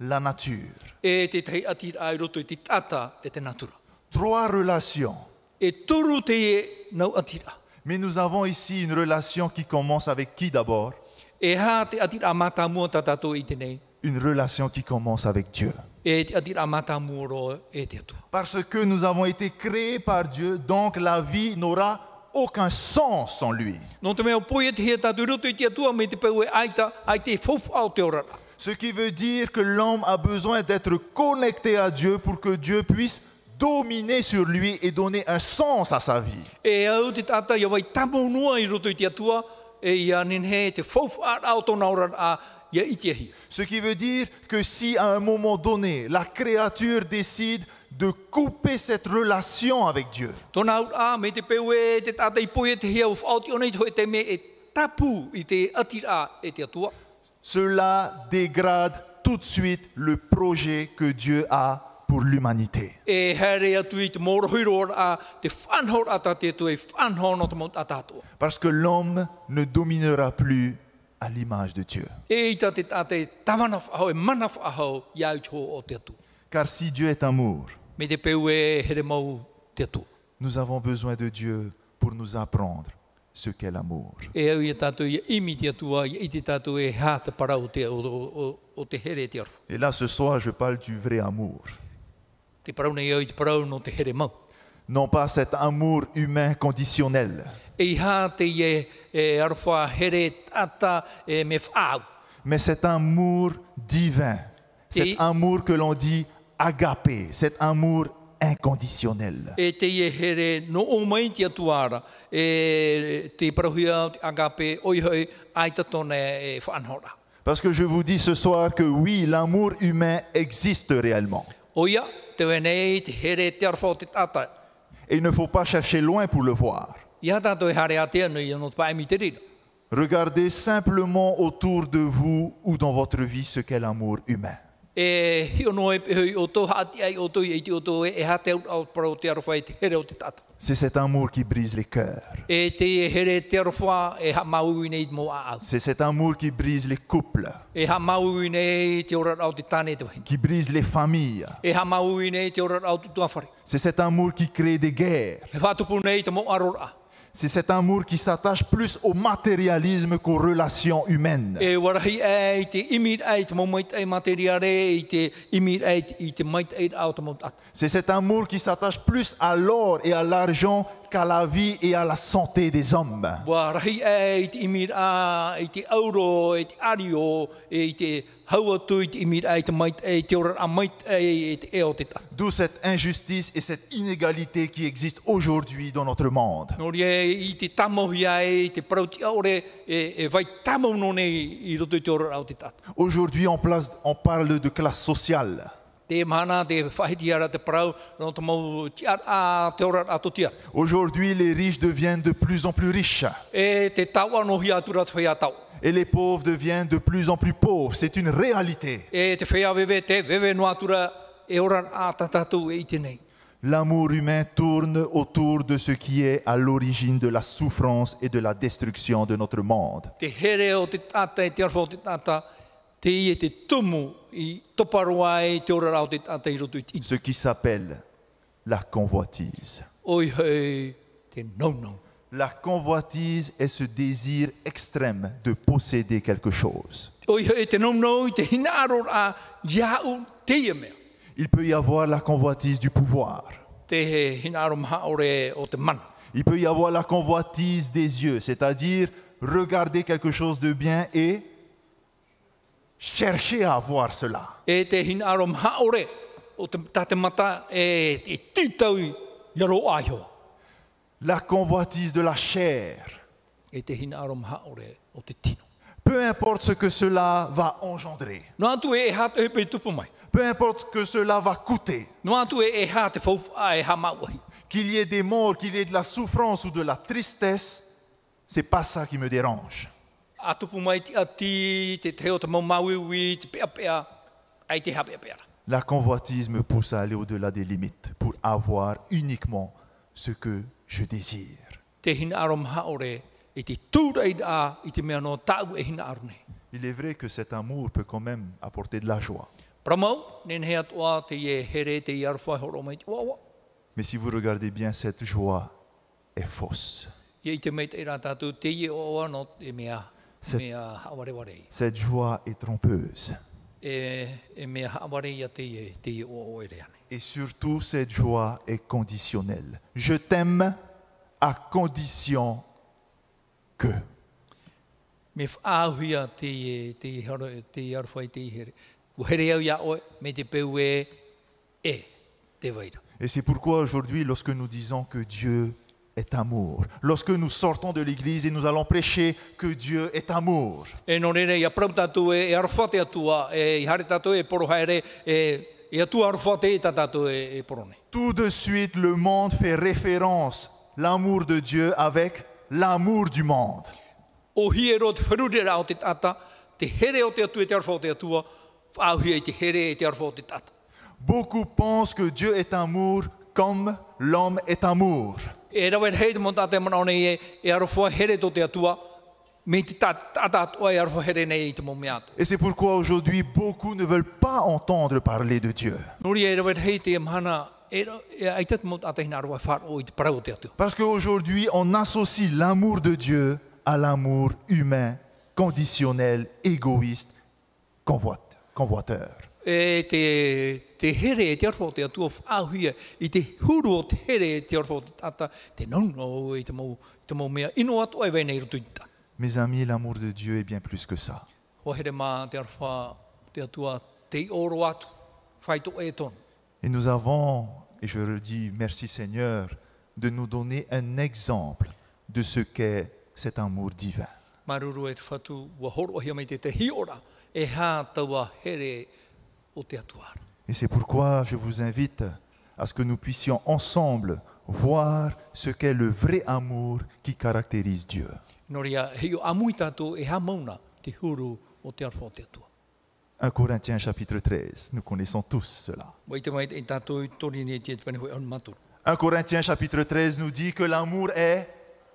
S1: la nature.
S2: E te tei ati a i roto i te tata e te natura.
S1: Trois relations.
S2: E turu te e nau ati a.
S1: Mais nous avons ici une relation qui commence avec qui d'abord
S2: E E hā te atira amata mua tā tātou i te nei.
S1: Une relation qui commence avec Dieu.
S2: E te atira amata mua ro e te atua.
S1: Parce que nous avons été créés par Dieu, donc la vie n'aura aucun sens sans lui.
S2: Nō te mea o poi e te hea tātou i roto i te atua me te pau e aita, ai te fofu au te orara.
S1: Ce qui veut dire que l'homme a besoin d'être connecté à Dieu pour que Dieu puisse dominer sur lui et donner un sens à sa vie.
S2: E au te tata ia wai tamo noa i roto i te atua, e ia nenhe te fofu ar au tōna orara a ia i te ahi.
S1: Ce qui veut dire que si à un moment donné, la créature décide de couper cette relation avec Dieu,
S2: Tōna au a me te pau e te tata i poi e te hea ufu au te ona i toi te me e tapu i te atira a e te atua.
S1: cela dégrade tout de suite le projet que Dieu a pour l'humanité.
S2: e here atu i te morohiro ora a te whanhor ata te tu e whanhor no te mount atatua.
S1: Parce que l'homme ne dominera plus à l'image de Dieu.
S2: E ita te tate tawana whahau e mana whahau i au tō o te atu.
S1: Car si Dieu est amour,
S2: Me te peu e here mau te atu.
S1: nous avons besoin de Dieu pour nous apprendre ce qu'est l'amour.
S2: E au i tatu i imi te atua, i te tatu e hā te para o te, o, o, o, o te here te aru.
S1: Et là, ce soir, je parle du vrai amour.
S2: Te parau nei au i te parau no te here mau.
S1: Non pas cet amour humain conditionnel,
S2: E i hā te i e, e arwha here tata e me whāu.
S1: mais cet amour divin, cet
S2: Et-
S1: amour que l'on dit agapé, cet amour inconditionnel.
S2: e te ie here no o mai te atuara e te parahuia o te agape oi hoi ai ta tone e whanhora.
S1: Parce que je vous dis ce soir que oui, l'amour humain existe réellement.
S2: O ia, te wenei te here te arwha o te tata.
S1: Et il ne faut pas chercher loin pour le voir.
S2: Ia tātou e hare atea nui anot paemi te rira.
S1: Regardez simplement autour de vous ou dans votre vie ce qu'est l'amour humain.
S2: E hio no e pehoi o tō hati ai o tō i te o tō e e hate au au parau te arwha e te here o te tata.
S1: C'est cet amour qui brise les cœurs.
S2: E te ie here te arwha e ha maui nei mō a au.
S1: C'est cet amour qui brise les couples,
S2: E ha maui nei te ora au te tane te wahine.
S1: qui brise les familles.
S2: E ha maui nei te ora au te tuawhare.
S1: C'est cet amour qui crée des guerres.
S2: E whatupu nei te mō arora.
S1: C'est cet amour qui s'attache plus au matérialisme qu'aux relations humaines.
S2: E warahi ai te imir ai te maumait ai materiare i te imir ai te- i te mait ai au te maut atu.
S1: C'est cet amour qui s'attache plus à l'or et à l'argent qu'à la vie et à la santé des hommes.
S2: Warahi ai e, te imir a i te auro i te ario i te hauatu i te imir ai te mait ai te ora a mait ai i te eo te tatu.
S1: D'où cette injustice et cette inégalité qui existent aujourd'hui dans notre monde.
S2: Nori ai i te tamohi ai i te parauti aore e, e vai tamau no nei i roto i te ora au te tatu.
S1: Aujourd'hui, on, place- on parle de classe sociale.
S2: Te mana te whahiti ara te parau no te mau tiara a te ora atu tiara.
S1: Aujourd'hui, les riches deviennent de plus en plus riches
S2: E te tau anohi atura te whea tau.
S1: et les pauvres deviennent de plus en plus pauvres. C'est une réalité.
S2: e te whea wewe te wewe no atura e ora a tatatu e i tenei.
S1: L'amour humain tourne autour de ce qui est à l'origine de la souffrance et de la destruction de notre monde.
S2: Te here o te tata e te arwha o te tata, te i e te tumu i toparoa e te ora rao te tata i roto i tini.
S1: Ce qui s'appelle la convoitise.
S2: Oi hei te naunau.
S1: La convoitise est ce désir extrême de posséder quelque chose.
S2: Oi hei te naunau i te hina aror a iau te ia mea.
S1: Il peut y avoir la convoitise du pouvoir.
S2: Te he hina aro maha ore o te mana.
S1: Il peut y avoir la convoitise des yeux, c'est-à-dire regarder quelque chose de bien et chercher à avoir cela.
S2: E te hina aro maha ore o te tate mata e te titau i aro aihoa.
S1: La convoitise de la chair.
S2: E te hina aro maha ore o te tino.
S1: Peu importe ce que cela va engendrer,
S2: No atu e e hata e pe tupu mai.
S1: peu importe ce que cela va coûter,
S2: No atu e e hā te whauwha e hā mauahi.
S1: qu'il y ait des morts, qu'il y ait de la souffrance ou de la tristesse, c'est pas ça qui me dérange.
S2: A tupu mai ti ati, te teo te mau mauiwi, te pea pea, ai te hapea pea.
S1: La convoitise me pousse à aller au-delà des limites pour avoir uniquement ce que je désire.
S2: Te hina aro maha ore, i te tūrei a, i te mea no tāu e hina aro nei.
S1: Il est vrai que cet amour peut quand même apporter de la joie.
S2: Pramau, nen hea toa te ie here te i arwhai horo mai te wawa.
S1: Mais si vous regardez bien, cette joie est fausse.
S2: Ie i te mei te rā tātou, te ie oa no te mea
S1: C'est-
S2: me a haware warei.
S1: Cette joie est trompeuse.
S2: E, e mea hawarei a te e, te e o oere ane.
S1: Et surtout, cette joie est conditionnelle. Je t'aime à condition que.
S2: Me whaahuia te e, te e, haro, te e arwhai te i here. O here au ia oe, me te peu e, e, te vaira.
S1: Et c'est pourquoi aujourd'hui, lorsque nous disons que Dieu est amour, lorsque nous sortons de l'église et nous allons prêcher que Dieu est amour,
S2: E no rere, ia prau tātou e, e arwhate atua, e i hare tātou e poro haere, e, e atua arwhate e tā tātou e, e porone.
S1: tout de suite, le monde fait référence, l'amour de Dieu avec l'amour du monde.
S2: O hiero te wharurera o te tata, te here o te atu e te arwha o te atua, whaahuia i te here e te arwha o te tata.
S1: Beaucoup pensent que Dieu est amour comme l'homme est amour.
S2: E rawa e rei te monta te mana one e, e arwha here tō te atua, me te tā- tata atua e arwha here nei i te momi atu.
S1: Et c'est pourquoi aujourd'hui, beaucoup ne veulent pas entendre parler de Dieu.
S2: Nori e rawa e rei te mana, e, ra- e aita te monta te hina arwha e whāro i te parau o te atua.
S1: Parce qu'aujourd'hui, on associe l'amour de Dieu à l'amour humain, conditionnel, égoïste, convoite- convoiteur.
S2: E te, te here e te arwha o te atua whāhuia, i te huru o te here e te arwha o te tata, te naunau i te mou, i te mou mea, ino atua e wei nei rutu i te tata.
S1: Mes amis, l'amour de Dieu est bien plus que ça.
S2: Hoa here mā te arwha te atua te i oro atu, whaito e tonu.
S1: Et nous avons, et je redis merci Seigneur, de nous donner un exemple de ce qu'est cet amour divin.
S2: Maruru e te whatu, ua horo ahia mai te te hiora, e hā taua here o te atuara.
S1: Et c'est pourquoi je vous invite à ce que nous puissions ensemble voir ce qu'est le vrai amour qui caractérise Dieu.
S2: Nori a heo amui tātou e hā mauna te huru o te arwha o te atua.
S1: 1 Corinthiens chapitre 13, nous connaissons tous cela.
S2: Wai te mai e tātou i tori ne te tupene hoi anu maturu.
S1: 1 Corinthiens chapitre 13 nous dit que l'amour est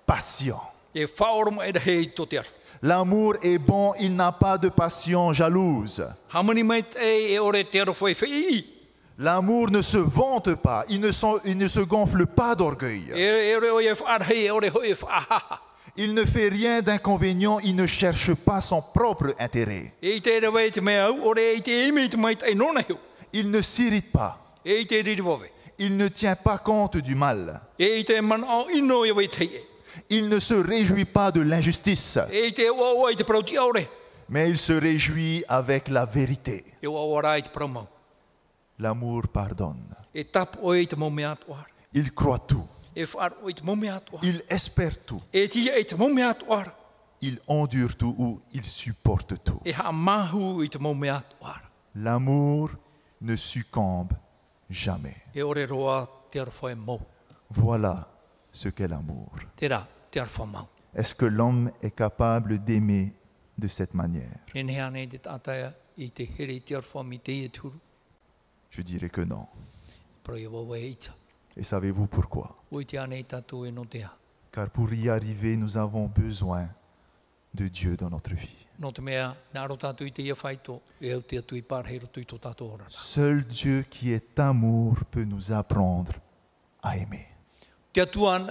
S1: patient.
S2: E whaoro mai da hei tō te arwha.
S1: L'amour est bon, il n'a pas de passion jalouse.
S2: Hamani mai te e ore te arwha e whai.
S1: L'amour ne se vante pas, il ne, s'en- il ne se gonfle pas d'orgueil.
S2: E e ore oi e whaarhei, e ore hoi e whaahaha.
S1: Il ne fait rien d'inconvénient, il ne cherche pas son propre intérêt.
S2: E i te ere wei te mea au, ore e i te imi te mai te nona heo.
S1: Il ne s'irrite pas,
S2: E i te riri wawe.
S1: il ne tient pas compte du mal.
S2: E i te man au ino e wei te e.
S1: Il ne se réjouit pas de l'injustice,
S2: E i te ua ua i te prauti aore.
S1: mais il se réjouit avec la vérité.
S2: E ua ua rā i te paramau.
S1: L'amour pardonne,
S2: E tap oe i te mome atu ara.
S1: il croit tout,
S2: E whaar oe i te mome atu ara.
S1: il espère tout,
S2: E tia i te mome atu ara.
S1: il endure tout ou il supporte tout.
S2: E ha mahu i te mome atu ara.
S1: L'amour ne succombe jamais.
S2: E ore roa te arwha e mau.
S1: Voilà ce qu'est l'amour.
S2: Te rā, te arwha mau.
S1: Est-ce que l'homme est capable d'aimer de cette manière
S2: E nea nei te tātaia i te here i te arwha mi te e turu.
S1: Je dirais que non.
S2: Pro e wawe e ita.
S1: Et savez-vous pourquoi
S2: Ui te anei tātou e no te ha.
S1: Car pour y arriver, nous avons besoin de Dieu dans notre vie.
S2: No te mea, nā ro tātou i te ia whaito. E au te atu i pārhei rotu i tō tātou orana.
S1: Seul Dieu qui est amour peut nous apprendre à aimer.
S2: Te atuan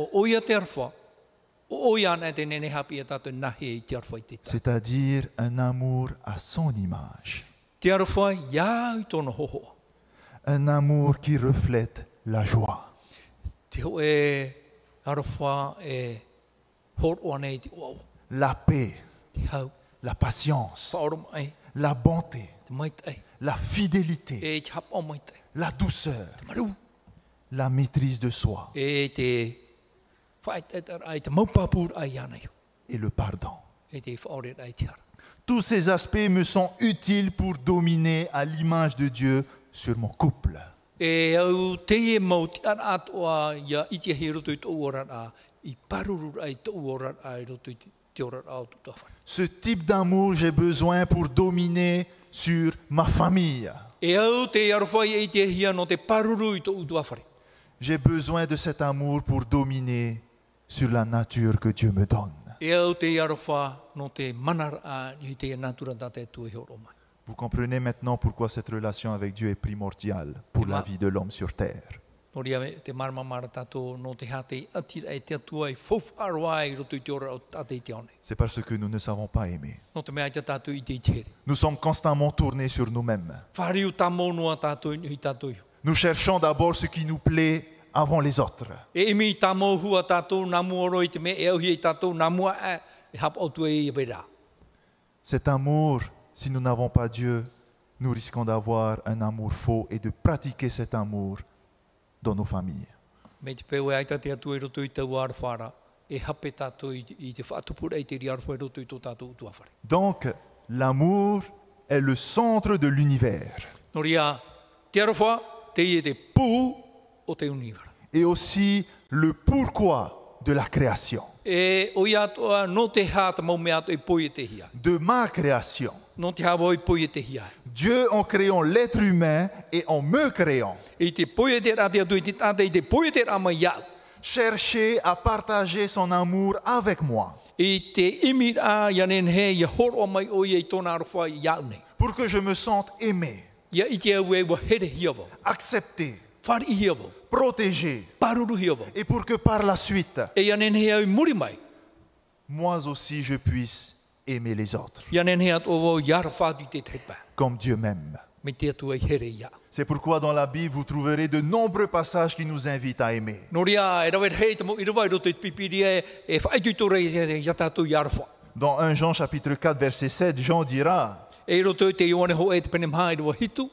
S2: o oia te arwha, o oia ana te nene hapi e tātou nahi i te arwha i te tā.
S1: C'est-à-dire un amour à son image,
S2: Te arwha iau i tōna hoho.
S1: un amour qui reflète la joie,
S2: Te ho e arwha e horo ana i te oau,
S1: la paix,
S2: te hau,
S1: la patience,
S2: whaoro mai,
S1: la bonté,
S2: eh, te maitai,
S1: la fidélité,
S2: e te hapa o maitai,
S1: la douceur,
S2: te maru,
S1: la maîtrise de soi
S2: e te whaetetar ai, te maupapur ai ana iu,
S1: et le pardon.
S2: e te whaore ai te ara.
S1: Tous ces aspects me sont utiles pour dominer à l'image de Dieu sur mon couple.
S2: E au te e mau te ara atoa ia iti he roto i tō orara, i paruru ai tō orara i roto i te- te orara o tō tawhana.
S1: Ce type d'amour, j'ai besoin pour dominer sur ma famille.
S2: E au te arwhai e te hia no te paruru i tō utuawhare.
S1: J'ai besoin de cet amour pour dominer sur la nature que Dieu me donne.
S2: E au te arwha no te manar a i te natura tā te tue horo mai.
S1: Vous comprenez maintenant pourquoi cette relation avec Dieu est primordiale pour la vie de l'homme sur terre.
S2: Nori ave te marama mara tātou no te hate atira e te atua i fōwharoa i roto i te ora o tate i te one.
S1: C'est parce que nous ne savons pas aimer.
S2: No te mea i te tātou i te i tere.
S1: Nous sommes constamment tournés sur nous-mêmes.
S2: Whariu tā monoa tātou i tātou iho.
S1: Nous cherchons d'abord ce qui nous plaît avant les autres.
S2: E imi i tā mōhua tātou nā muoro i te me, e auhi i tātou nā mua e, e hapa o tu e i vera.
S1: Cet amour, si nous n'avons pas Dieu, nous risquons d'avoir un amour faux et de pratiquer cet amour dans nos familles.
S2: Me te peo e aita te atu i roto i tau ar whara, e hape tātou i, i te whātupura i te riar whai roto i tō tātou utu awhare.
S1: Donc, l'amour est le centre de l'univers
S2: Nō ria, te arofa, te i e te pū o te univara.
S1: et aussi le pourquoi de la création,
S2: E o i atoa, nō te hāta mau mea ato i poi e te hia.
S1: de ma création.
S2: Nō te hawa i poi e te hia.
S1: Dieu en créant l'être humain et en me créant,
S2: I te poi e te rā te atu i te tāte, i te poi e te rā mai iau.
S1: cherchait à partager son amour avec moi
S2: I te imi rā, ia nen he, ia horo mai o i e i tōna arofa i iau nei.
S1: pour que je me sente aimé,
S2: Ia i te au e wa here hia wau.
S1: accepté,
S2: Whari hia wau.
S1: protégé,
S2: Paruru hia wau.
S1: et pour que par la suite,
S2: E ia nen he au i muri mai.
S1: moi aussi je puisse aimer les autres
S2: Ia nen he atu wau i ara whātu i te teipa.
S1: comme Dieu m'aime.
S2: Me te atu e here ia.
S1: C'est pourquoi dans la Bible, vous trouverez de nombreux passages qui nous invitent à aimer.
S2: Nō ria, e rawe hei te mo i rawa i roto i te pipiri e, e whaitu i tō rei e ia tātou i ara wha.
S1: Dans 1 Jean chapitre 4 verset 7, Jean dira
S2: E i roto i te ione ho e te pene mha i rawa hitu.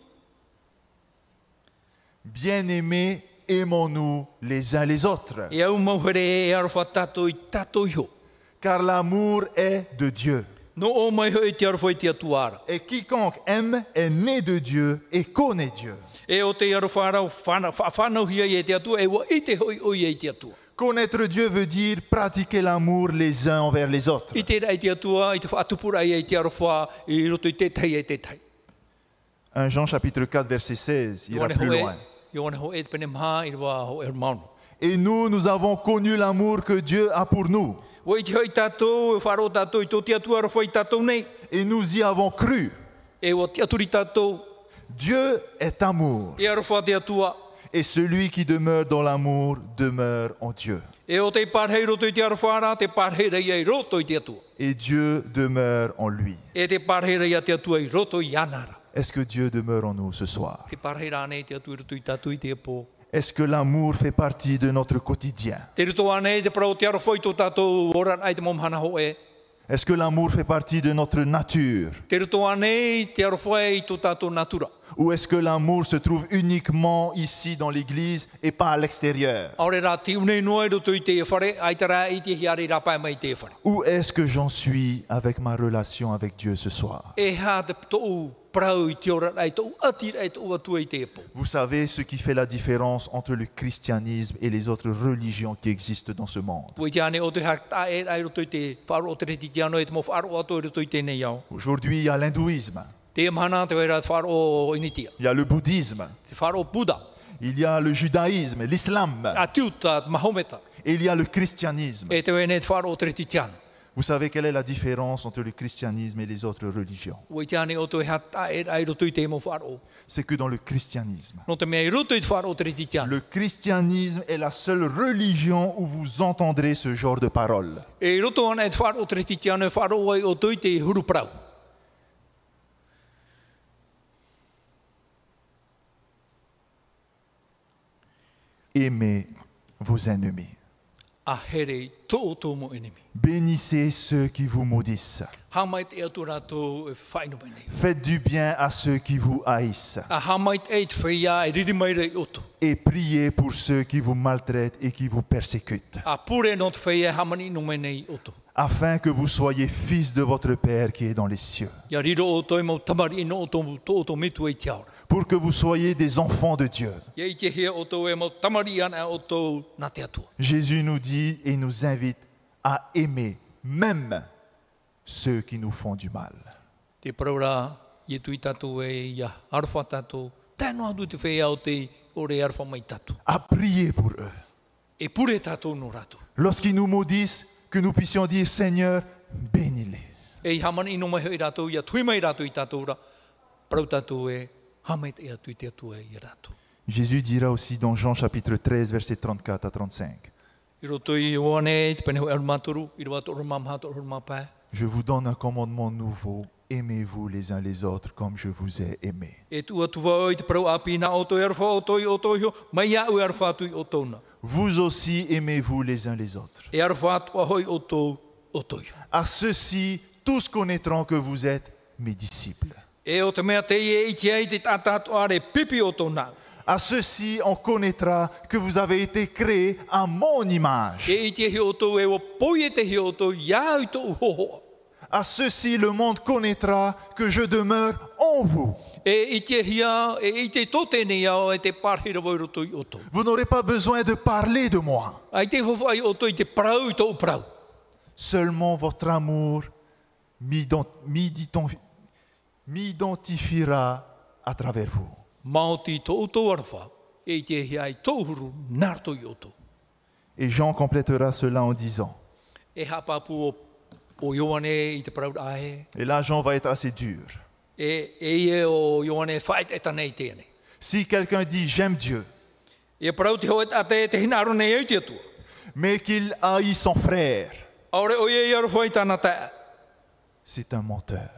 S1: Bien-aimés, aimons-nous les uns les autres,
S2: E au mau here e ara wha tātou i tātou iho.
S1: car l'amour est de Dieu.
S2: Nō o mai ho e te ara wha i te atu ara.
S1: Et quiconque aime est né de Dieu et connaît Dieu.
S2: E o te ara wha arau whana- wha- whanau hia i e te atua, e wa i te hoi oi e i te atua.
S1: Connaître Dieu veut dire pratiquer l'amour les uns envers les autres.
S2: I tērā i te atua, i te whaatupura i te arowha, i roto i tētai e tētai.
S1: 1 Jean chapitre 4 verset 16, il ira
S2: Ioane
S1: plus
S2: ho e,
S1: loin.
S2: ioane ho e te pene maha i rwa ho e maunu.
S1: Et nous, nous avons connu l'amour que Dieu a pour nous.
S2: O i te hoi tātou, e wharo tātou, i tō te atua arowha i tātou nei,
S1: Et nous y avons cru.
S2: e o te aturi tātou,
S1: Dieu est amour.
S2: e arowha te atua,
S1: Et celui qui demeure dans l'amour demeure en Dieu.
S2: e o te pārhei roto i te arowha ara, te pārhei reia i roto i te atua.
S1: Et Dieu demeure en lui.
S2: E te pārhei reia te atua i roto i anara.
S1: Est-ce que Dieu demeure en nous ce soir
S2: Te pārhei rānei te atu i roto i tātou i te epo.
S1: Est-ce que l'amour fait partie de notre quotidien
S2: Te ruto anei te parau te arowha i tō tātou oran ai te momhana ho e.
S1: Est-ce que l'amour fait partie de notre nature
S2: Te ruto anei te arowha i tō tātou natura.
S1: Ou est-ce que l'amour se trouve uniquement ici dans l'Église et pas à l'extérieur
S2: Aore rā te unei noa i roto i te e whare, ai tā rā i te hiare rā pai mai i te e whare.
S1: Où est-ce que j'en suis avec ma relation avec Dieu ce soir
S2: E hā te tōu prau i te ora rā, i tōu ati rā, i tōu atua i te e pō.
S1: Vous savez ce qui fait la différence entre le christianisme et les autres religions qui existent dans ce monde.
S2: Pui te ane o te hak tā e rā i roto i te wharo o te reti te ano e te mō wharo ato i roto i te nei au.
S1: Aujourd'hui, il y a l'hindouisme,
S2: Te mhana te wera te wharo o initia,
S1: il y a le bouddhisme,
S2: te wharo o Buddha,
S1: il y a le judaïsme, l'islam,
S2: a tiuta, te mahometa,
S1: et il y a le christianisme.
S2: e te wene te wharo o te reti te ano.
S1: Vous savez quelle est la différence entre le christianisme et les autres religions
S2: Pui te ane o te hak tā e rā i roto i te mō wharo.
S1: C'est que dans le christianisme,
S2: No te mea i roto i te wharo o te reti te ano.
S1: le christianisme est la seule religion où vous entendrez ce genre de paroles.
S2: E i roto ana e te wharo o te reti te ano, e wharo ai o tui te huru prau.
S1: Aimez vos ennemis.
S2: a here tō tō mo enemi.
S1: Bénissez ceux qui vous maudissent.
S2: Hamai te atu rātou e whainu mai nei.
S1: Faites du bien à ceux qui vous haïssent.
S2: A hamai te eit whia e riri mai rei otu.
S1: et priez pour ceux qui vous maltraitent et qui vous persécutent,
S2: A pure no te whia e hamani no mai nei otu.
S1: afin que vous soyez fils de votre Père qui est dans les cieux,
S2: Ia riro o toi mau tamari ino o tō tō tō mitu e te aura.
S1: pour que vous soyez des enfants de Dieu.
S2: Ia i te hea o tō e mau tamari ana o tō nā te atua.
S1: Jésus nous dit et nous invite à aimer même ceux qui nous font du mal.
S2: Te praura i tui tātou e ia arwha tātou. Tēnu atu te whia o te ore arwha mai tātou.
S1: À prier pour eux.
S2: E pure tātou no rātou.
S1: Lorsqu'ils nous maudissent, que nous puissions dire Seigneur, bénis-les.
S2: E i hamani ino mai hei rātou, ia tui mai rātou i tātou ra. Prau tātou e, hamai te atu i te atu e i rātou.
S1: Jésus dira aussi dans Jean chapitre 13, verset 34 à 35,
S2: Iro tui wane, te pene hoi aru mātoru, iro wā toru mā mā toru mā pē.
S1: Je vous donne un commandement nouveau, aimez-vous les uns les autres comme je vous ai aimé.
S2: E tua tuwa oi te parau api e nā o toi aru whā o toi o toi ho, mai a ui aru whā tui o tōna.
S1: Vous aussi aimez-vous les uns les autres.
S2: E aru whā tua hoi o tōu o toi.
S1: À ceux-ci, tous connaîtront que vous êtes mes disciples.
S2: E o te mea te i e iti ai te tātātua are pipi o tōna.
S1: À ceux-ci, on connaîtra que vous avez été créés à mon image.
S2: E iti e hi o tōu e o poi e te hi o tōu, ia i tōu hohoa.
S1: À ceux-ci, le monde connaîtra que je demeure en vous.
S2: E iti e hia, e iti e tō tēnei au, e te pārhira wai roto i o tōu.
S1: Vous n'aurez pas besoin de parler de moi.
S2: Ai te whawhai o tōu i te parau i tōu parau.
S1: Seulement votre amour m'ident- m'ident- m'identifiera à travers vous.
S2: Māoti tō o tōu arawha, e iti e hia i tōu huru, nār tōu i o tōu.
S1: Et Jean complétera cela en disant.
S2: e hapapu o, o Ioane i te parau ahe,
S1: Et là, Jean va être assez dur.
S2: e, e ie o Ioane whaet e tanei tēne.
S1: Si quelqu'un dit j'aime Dieu,
S2: E parau te hoet a te te hina arone au te atua.
S1: mais qu'il haït son frère,
S2: Aore o ie i aru whai tāna tā,
S1: c'est un menteur.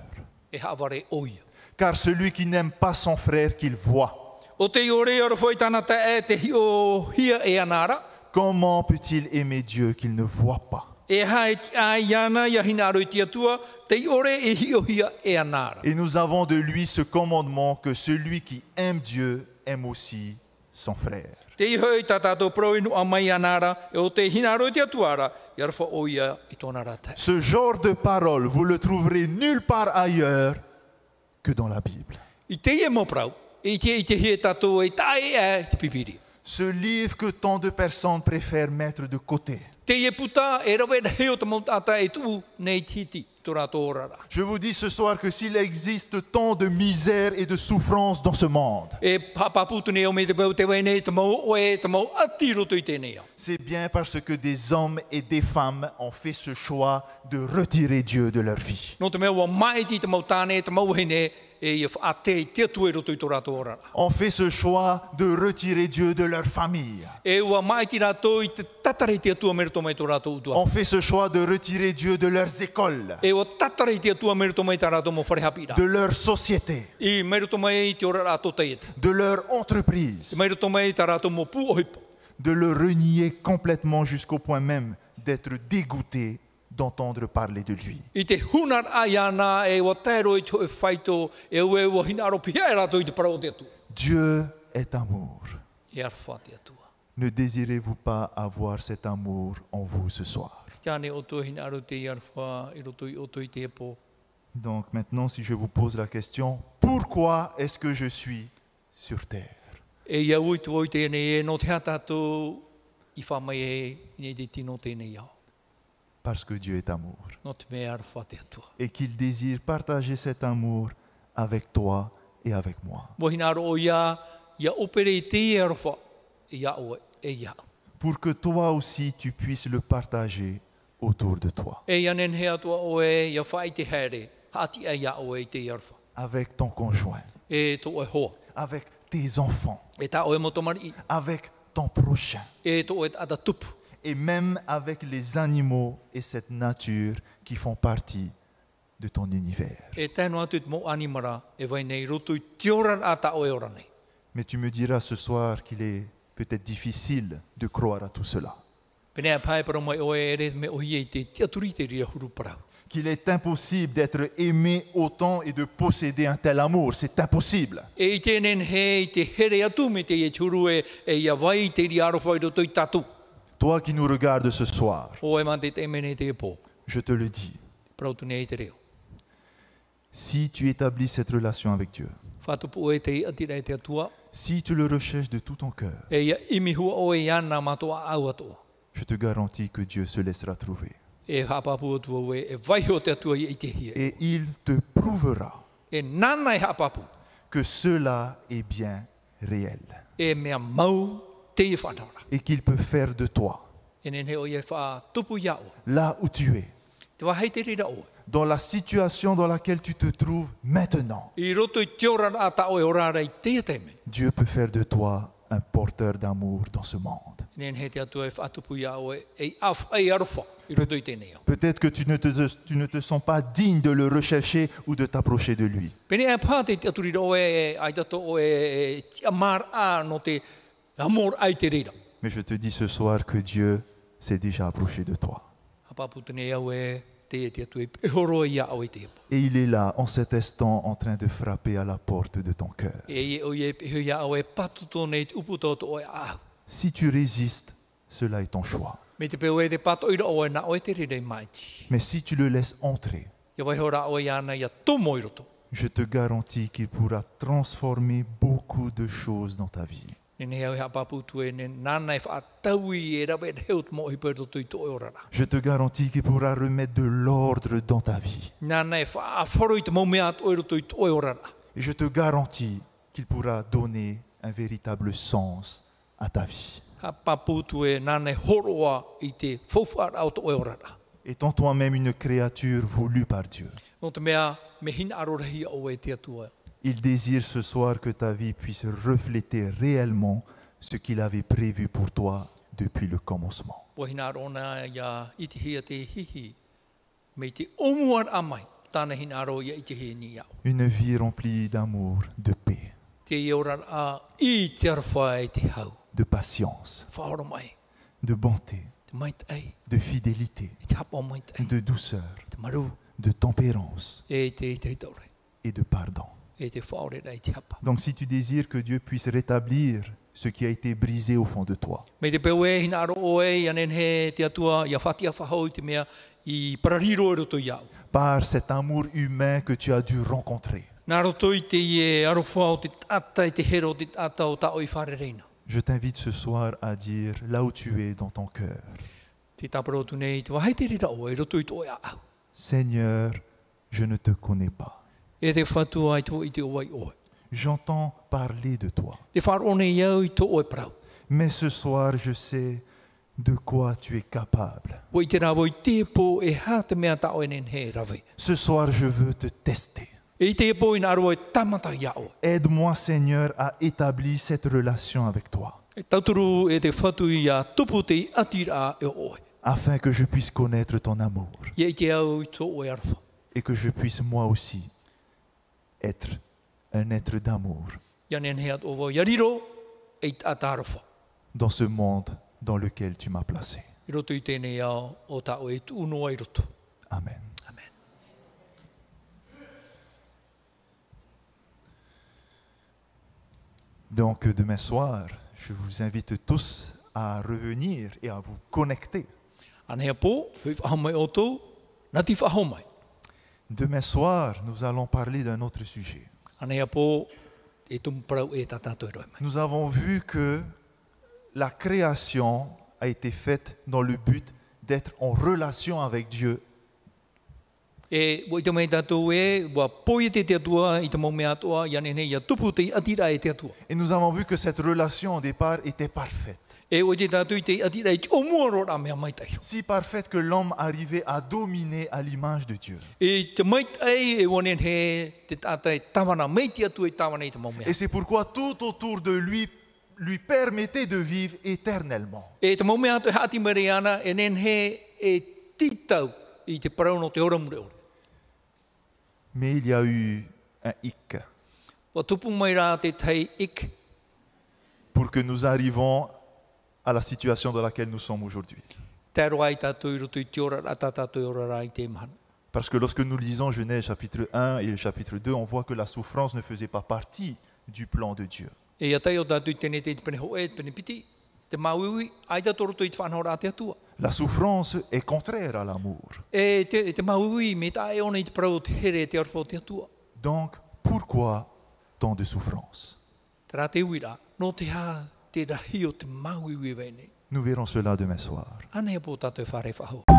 S2: e haware o ia.
S1: Car celui qui n'aime pas son frère qu'il voit,
S2: O te i ore i aru whai tāna tā e te hi o hia e anara,
S1: comment peut-il aimer Dieu qu'il ne voit pas
S2: e ha e ti a iana ia hina aru i te atua, te i ore e hi o hia e anara.
S1: Et nous avons de lui ce commandement que celui qui aime Dieu aime aussi son frère.
S2: Te i hoi tā tātou parau inu a mai anara, e o te hina aru i te atuara, i aru whai o ia i tōna rata.
S1: Ce genre de parole, vous le trouverez nulle part ailleurs que dans la Bible.
S2: I te ie mō parau, e i te i te hie tātou e tā e e te pipiri.
S1: Ce livre que tant de personnes préfèrent mettre de côté.
S2: Te ie puta e rawe na heo te mau tata e tu nei titi tō rātou orara.
S1: Je vous dis ce soir que s'il existe tant de misère et de souffrance dans ce monde,
S2: E papaputu nei o me te pau te wei nei te mau oe te mau ati roto i tēnei au.
S1: c'est bien parce que des hommes et des femmes ont fait ce choix de retirer Dieu de leur vie.
S2: Nō te mea ua mai ti te mau tāne te mau hene e ia whaate i te atu e roto i tō rātou orara.
S1: Ont fait ce choix de retirer Dieu de leur famille.
S2: E ua mai ti rātou i te tatare i te atua merito mai tō rātou utua.
S1: Ont fait ce choix de retirer Dieu de leurs écoles,
S2: E ua tatare i te atua merito mai tā rātou mō whare hapira.
S1: de leur société,
S2: I merito mai i te ora rātou taieta.
S1: de leur
S2: I
S1: entreprise,
S2: merito mai tā rātou mō pū ohipa.
S1: de le renier complètement jusqu'au point même d'être dégoûté d'entendre parler de lui.
S2: I te hunar ai ana e o tēro i tō e whaito e ue o hina aro pia e rātou i te parao te atua.
S1: Dieu est amour.
S2: E arwha te atua.
S1: Ne désirez-vous pas avoir cet amour en vous ce soir
S2: Tāne o tō hina aro te i arwha i roto i o tō i te epo.
S1: Donc maintenant, si je vous pose la question, pourquoi est-ce que je suis sur terre
S2: E ia ui tu oi tēne e no te hatatou i whamai e i nei te tino tēne iau.
S1: Parce que Dieu est amour
S2: No te mea arwha te atua.
S1: et qu'il désire partager cet amour avec toi et avec moi.
S2: Mo hina aro o ia, ia opere i te i arwha i ia oe e ia.
S1: pour que toi aussi tu puisses le partager autour de toi,
S2: E ia nen hea tua oe, ia whai te here, hati e ia oe i te i arwha.
S1: avec ton conjoint,
S2: E tō oe hoa.
S1: avec tes enfants,
S2: E tā oe mo tomari i.
S1: avec ton prochain
S2: e tō e tata tupu.
S1: et même avec les animaux et cette nature qui font partie de ton univers.
S2: E tēnu atu i te mō animara, e vai nei roto i te oran a tā oe ora nei.
S1: Mais tu me diras ce soir qu'il est peut-être difficile de croire à tout cela,
S2: Penea pai para mai oe e re me ohi e te te aturi te rira huru parau.
S1: qu'il est impossible d'être aimé autant et de posséder un tel amour, c'est impossible.
S2: E i tēnen he, i te here atu me te e tūru e, e ia vai i te ri arowha i roto i tatu.
S1: Toi qui nous regardes ce soir,
S2: O e man te te mene te e pō,
S1: je te le dis,
S2: parau tu nei te reo.
S1: si tu établis cette relation avec Dieu,
S2: Whatupu oe te i atira e te atua,
S1: Si tu le recherches de tout ton cœur,
S2: e ia imi hua oe i ana mātoa au atoa.
S1: je te garantis que Dieu se laissera trouver.
S2: E hapapu atua oe, e vai o te atua i i te hie.
S1: Et il te prouvera
S2: E nana e hapapu,
S1: que cela est bien réel
S2: e mea mau te i whanara.
S1: et qu'il peut faire de toi,
S2: E nen he o ia wha tupu ia o.
S1: là où tu es,
S2: Te wā hei te rira o.
S1: dans la situation dans laquelle tu te trouves maintenant.
S2: I roto i te ora a ta o e orara i te te me.
S1: Dieu peut faire de toi un porteur d'amour dans ce monde.
S2: Nen he te atu e whaatupu ia oe, e af, e arofa, i roto i tēnei au.
S1: Peut-être que tu ne, te, tu ne te sens pas digne de le rechercher ou de t'approcher de lui.
S2: Pene e pā te atu rira oe, e ai tato oe, e tia mar a no te amor ai te rira.
S1: Mais je te dis ce soir que Dieu s'est déjà approché de toi.
S2: Ha pāpu tēnei au e, te e te atu e, e horo ia au e te epa.
S1: Et il est là, en cet instant, en train de frapper à la porte de ton cœur.
S2: E i e o e pehe ia au e patu tōnei te upu tōtu oe ahu.
S1: Si tu résistes, cela est ton choix.
S2: Me te peo e te pato ira oe na oe te rira i maiti.
S1: Mais si tu le laisses entrer,
S2: Ia wai hora oe ia e ana ia tomo i roto.
S1: je te garantis qu'il pourra transformer beaucoup de choses dans ta vie.
S2: Nen hea hea papu tu e nen nana e whaataui e rawe e heut mo i pērto tui to e orara.
S1: Je te garantis qu'il pourra remettre de l'ordre dans ta vie.
S2: Nana e whaaforo i te maumea to e roto i to e orara.
S1: Et je te garantis qu'il pourra donner un véritable sens à ta vie.
S2: Ha papu tu e nana e horoa i te whauwhara au to e orara.
S1: Étant toi-même une créature voulue par Dieu,
S2: No te mea me hina arorahi au e te atua.
S1: il désire ce soir que ta vie puisse refléter réellement ce qu'il avait prévu pour toi depuis le commencement.
S2: Po hina arona ia i te hea te hihi. Me te omuar amai tāna hina aro ia i te hea ni au.
S1: Une vie remplie d'amour, de paix,
S2: Te e orara a i te arwha e te hau.
S1: de patience,
S2: Whahoro mai,
S1: de bonté,
S2: te mait ai,
S1: de fidélité,
S2: i te hapa mait ai,
S1: de douceur,
S2: te maru.
S1: de tempérance
S2: e te te taure,
S1: et de pardon.
S2: e te whaore rei te hapa.
S1: Donc si tu désires que Dieu puisse rétablir ce qui a été brisé au fond de toi,
S2: Me te peu e hina aro oe, i anen he te atua, ia whakia whahau i te mea, i parariro e roto iau.
S1: par cet amour humain que tu as dû rencontrer,
S2: Nā roto i te i e arowha o te tata, i te hero o te tata o tao i whare reina.
S1: je t'invite ce soir à dire là où tu es dans ton cœur,
S2: Te taparo tu nei, te wahai te rira oe, roto i te oe a au.
S1: Seigneur, je ne te connais pas.
S2: E te whatua i tō i te oe i oe.
S1: J'entends parler de toi,
S2: Te wharone iau i tō oe prau.
S1: mais ce soir je sais de quoi tu es capable.
S2: O i te rāwo i tēpō e hā te mea tao e nen he rawe.
S1: Ce soir je veux te tester.
S2: E i tēpō i nā aro e tamata iau.
S1: Aide-moi Seigneur à établir cette relation avec toi,
S2: E tauturu e te whatu i a tupu te i atira e oe.
S1: afin que je puisse connaître ton amour
S2: Ia i te au i tō oe arwha.
S1: et que je puisse moi aussi être un être d'amour
S2: Ia nen hea tō wau iariro e i tāta arwha.
S1: dans ce monde dans lequel tu m'as placé.
S2: I roto i tēnei au o tā oe tu unoa i roto.
S1: Amen.
S2: Amen.
S1: Donc demain soir, je vous invite tous à revenir et à vous connecter.
S2: Anhea pō, hui whahamai o tō, nati whahomai.
S1: Demain soir, nous allons parler d'un autre sujet.
S2: Anhea pō, e tumparau e tā tātou e roi mai.
S1: Nous avons vu que la création a été faite dans le but d'être en relation avec Dieu
S2: E wai te mai tātou e, wā pōi e te te atua i te maumea atua, ia nen hea tupu te i atira e te atua.
S1: et nous avons vu que cette relation au départ était parfaite.
S2: E wai te tātou i te atira i te omua rora mea maitai.
S1: Si parfaite que l'homme arrivait à dominer à l'image de Dieu.
S2: E te maitai e wanen he te tātai tawana, mei te atua i tawana i te maumea.
S1: Et c'est pourquoi tout autour de lui lui permettait de vivre éternellement.
S2: E te maumea atu e hati mere ana, e nen he e titau i te parauno te ora mure ore.
S1: Mais il y a eu un hic
S2: Wa tupu mai rā te tei ik,
S1: pour que nous arrivons à la situation dans laquelle nous sommes aujourd'hui.
S2: te roa i tātou i roto i te ora rā, tā tātou i ora rā i te mahana.
S1: Parce que lorsque nous lisons Genèse chapitre 1 et le chapitre 2, on voit que la souffrance ne faisait pas partie du plan de Dieu.
S2: E ia tei o tātou i tēnei te pene hoe, te pene piti, te mauiwi, ai tātou roto i te whanau rā te atua.
S1: La souffrance est contraire à l'amour.
S2: E te, te mauiwi, me tā e ona i te parau te here te arfo te atua.
S1: Donc, pourquoi tant de souffrance
S2: Te rā te uira, no te hā te e rahi o te mauiwi wei nei.
S1: Nous verrons cela demain soir.
S2: Ane e pō tātou whare whahau.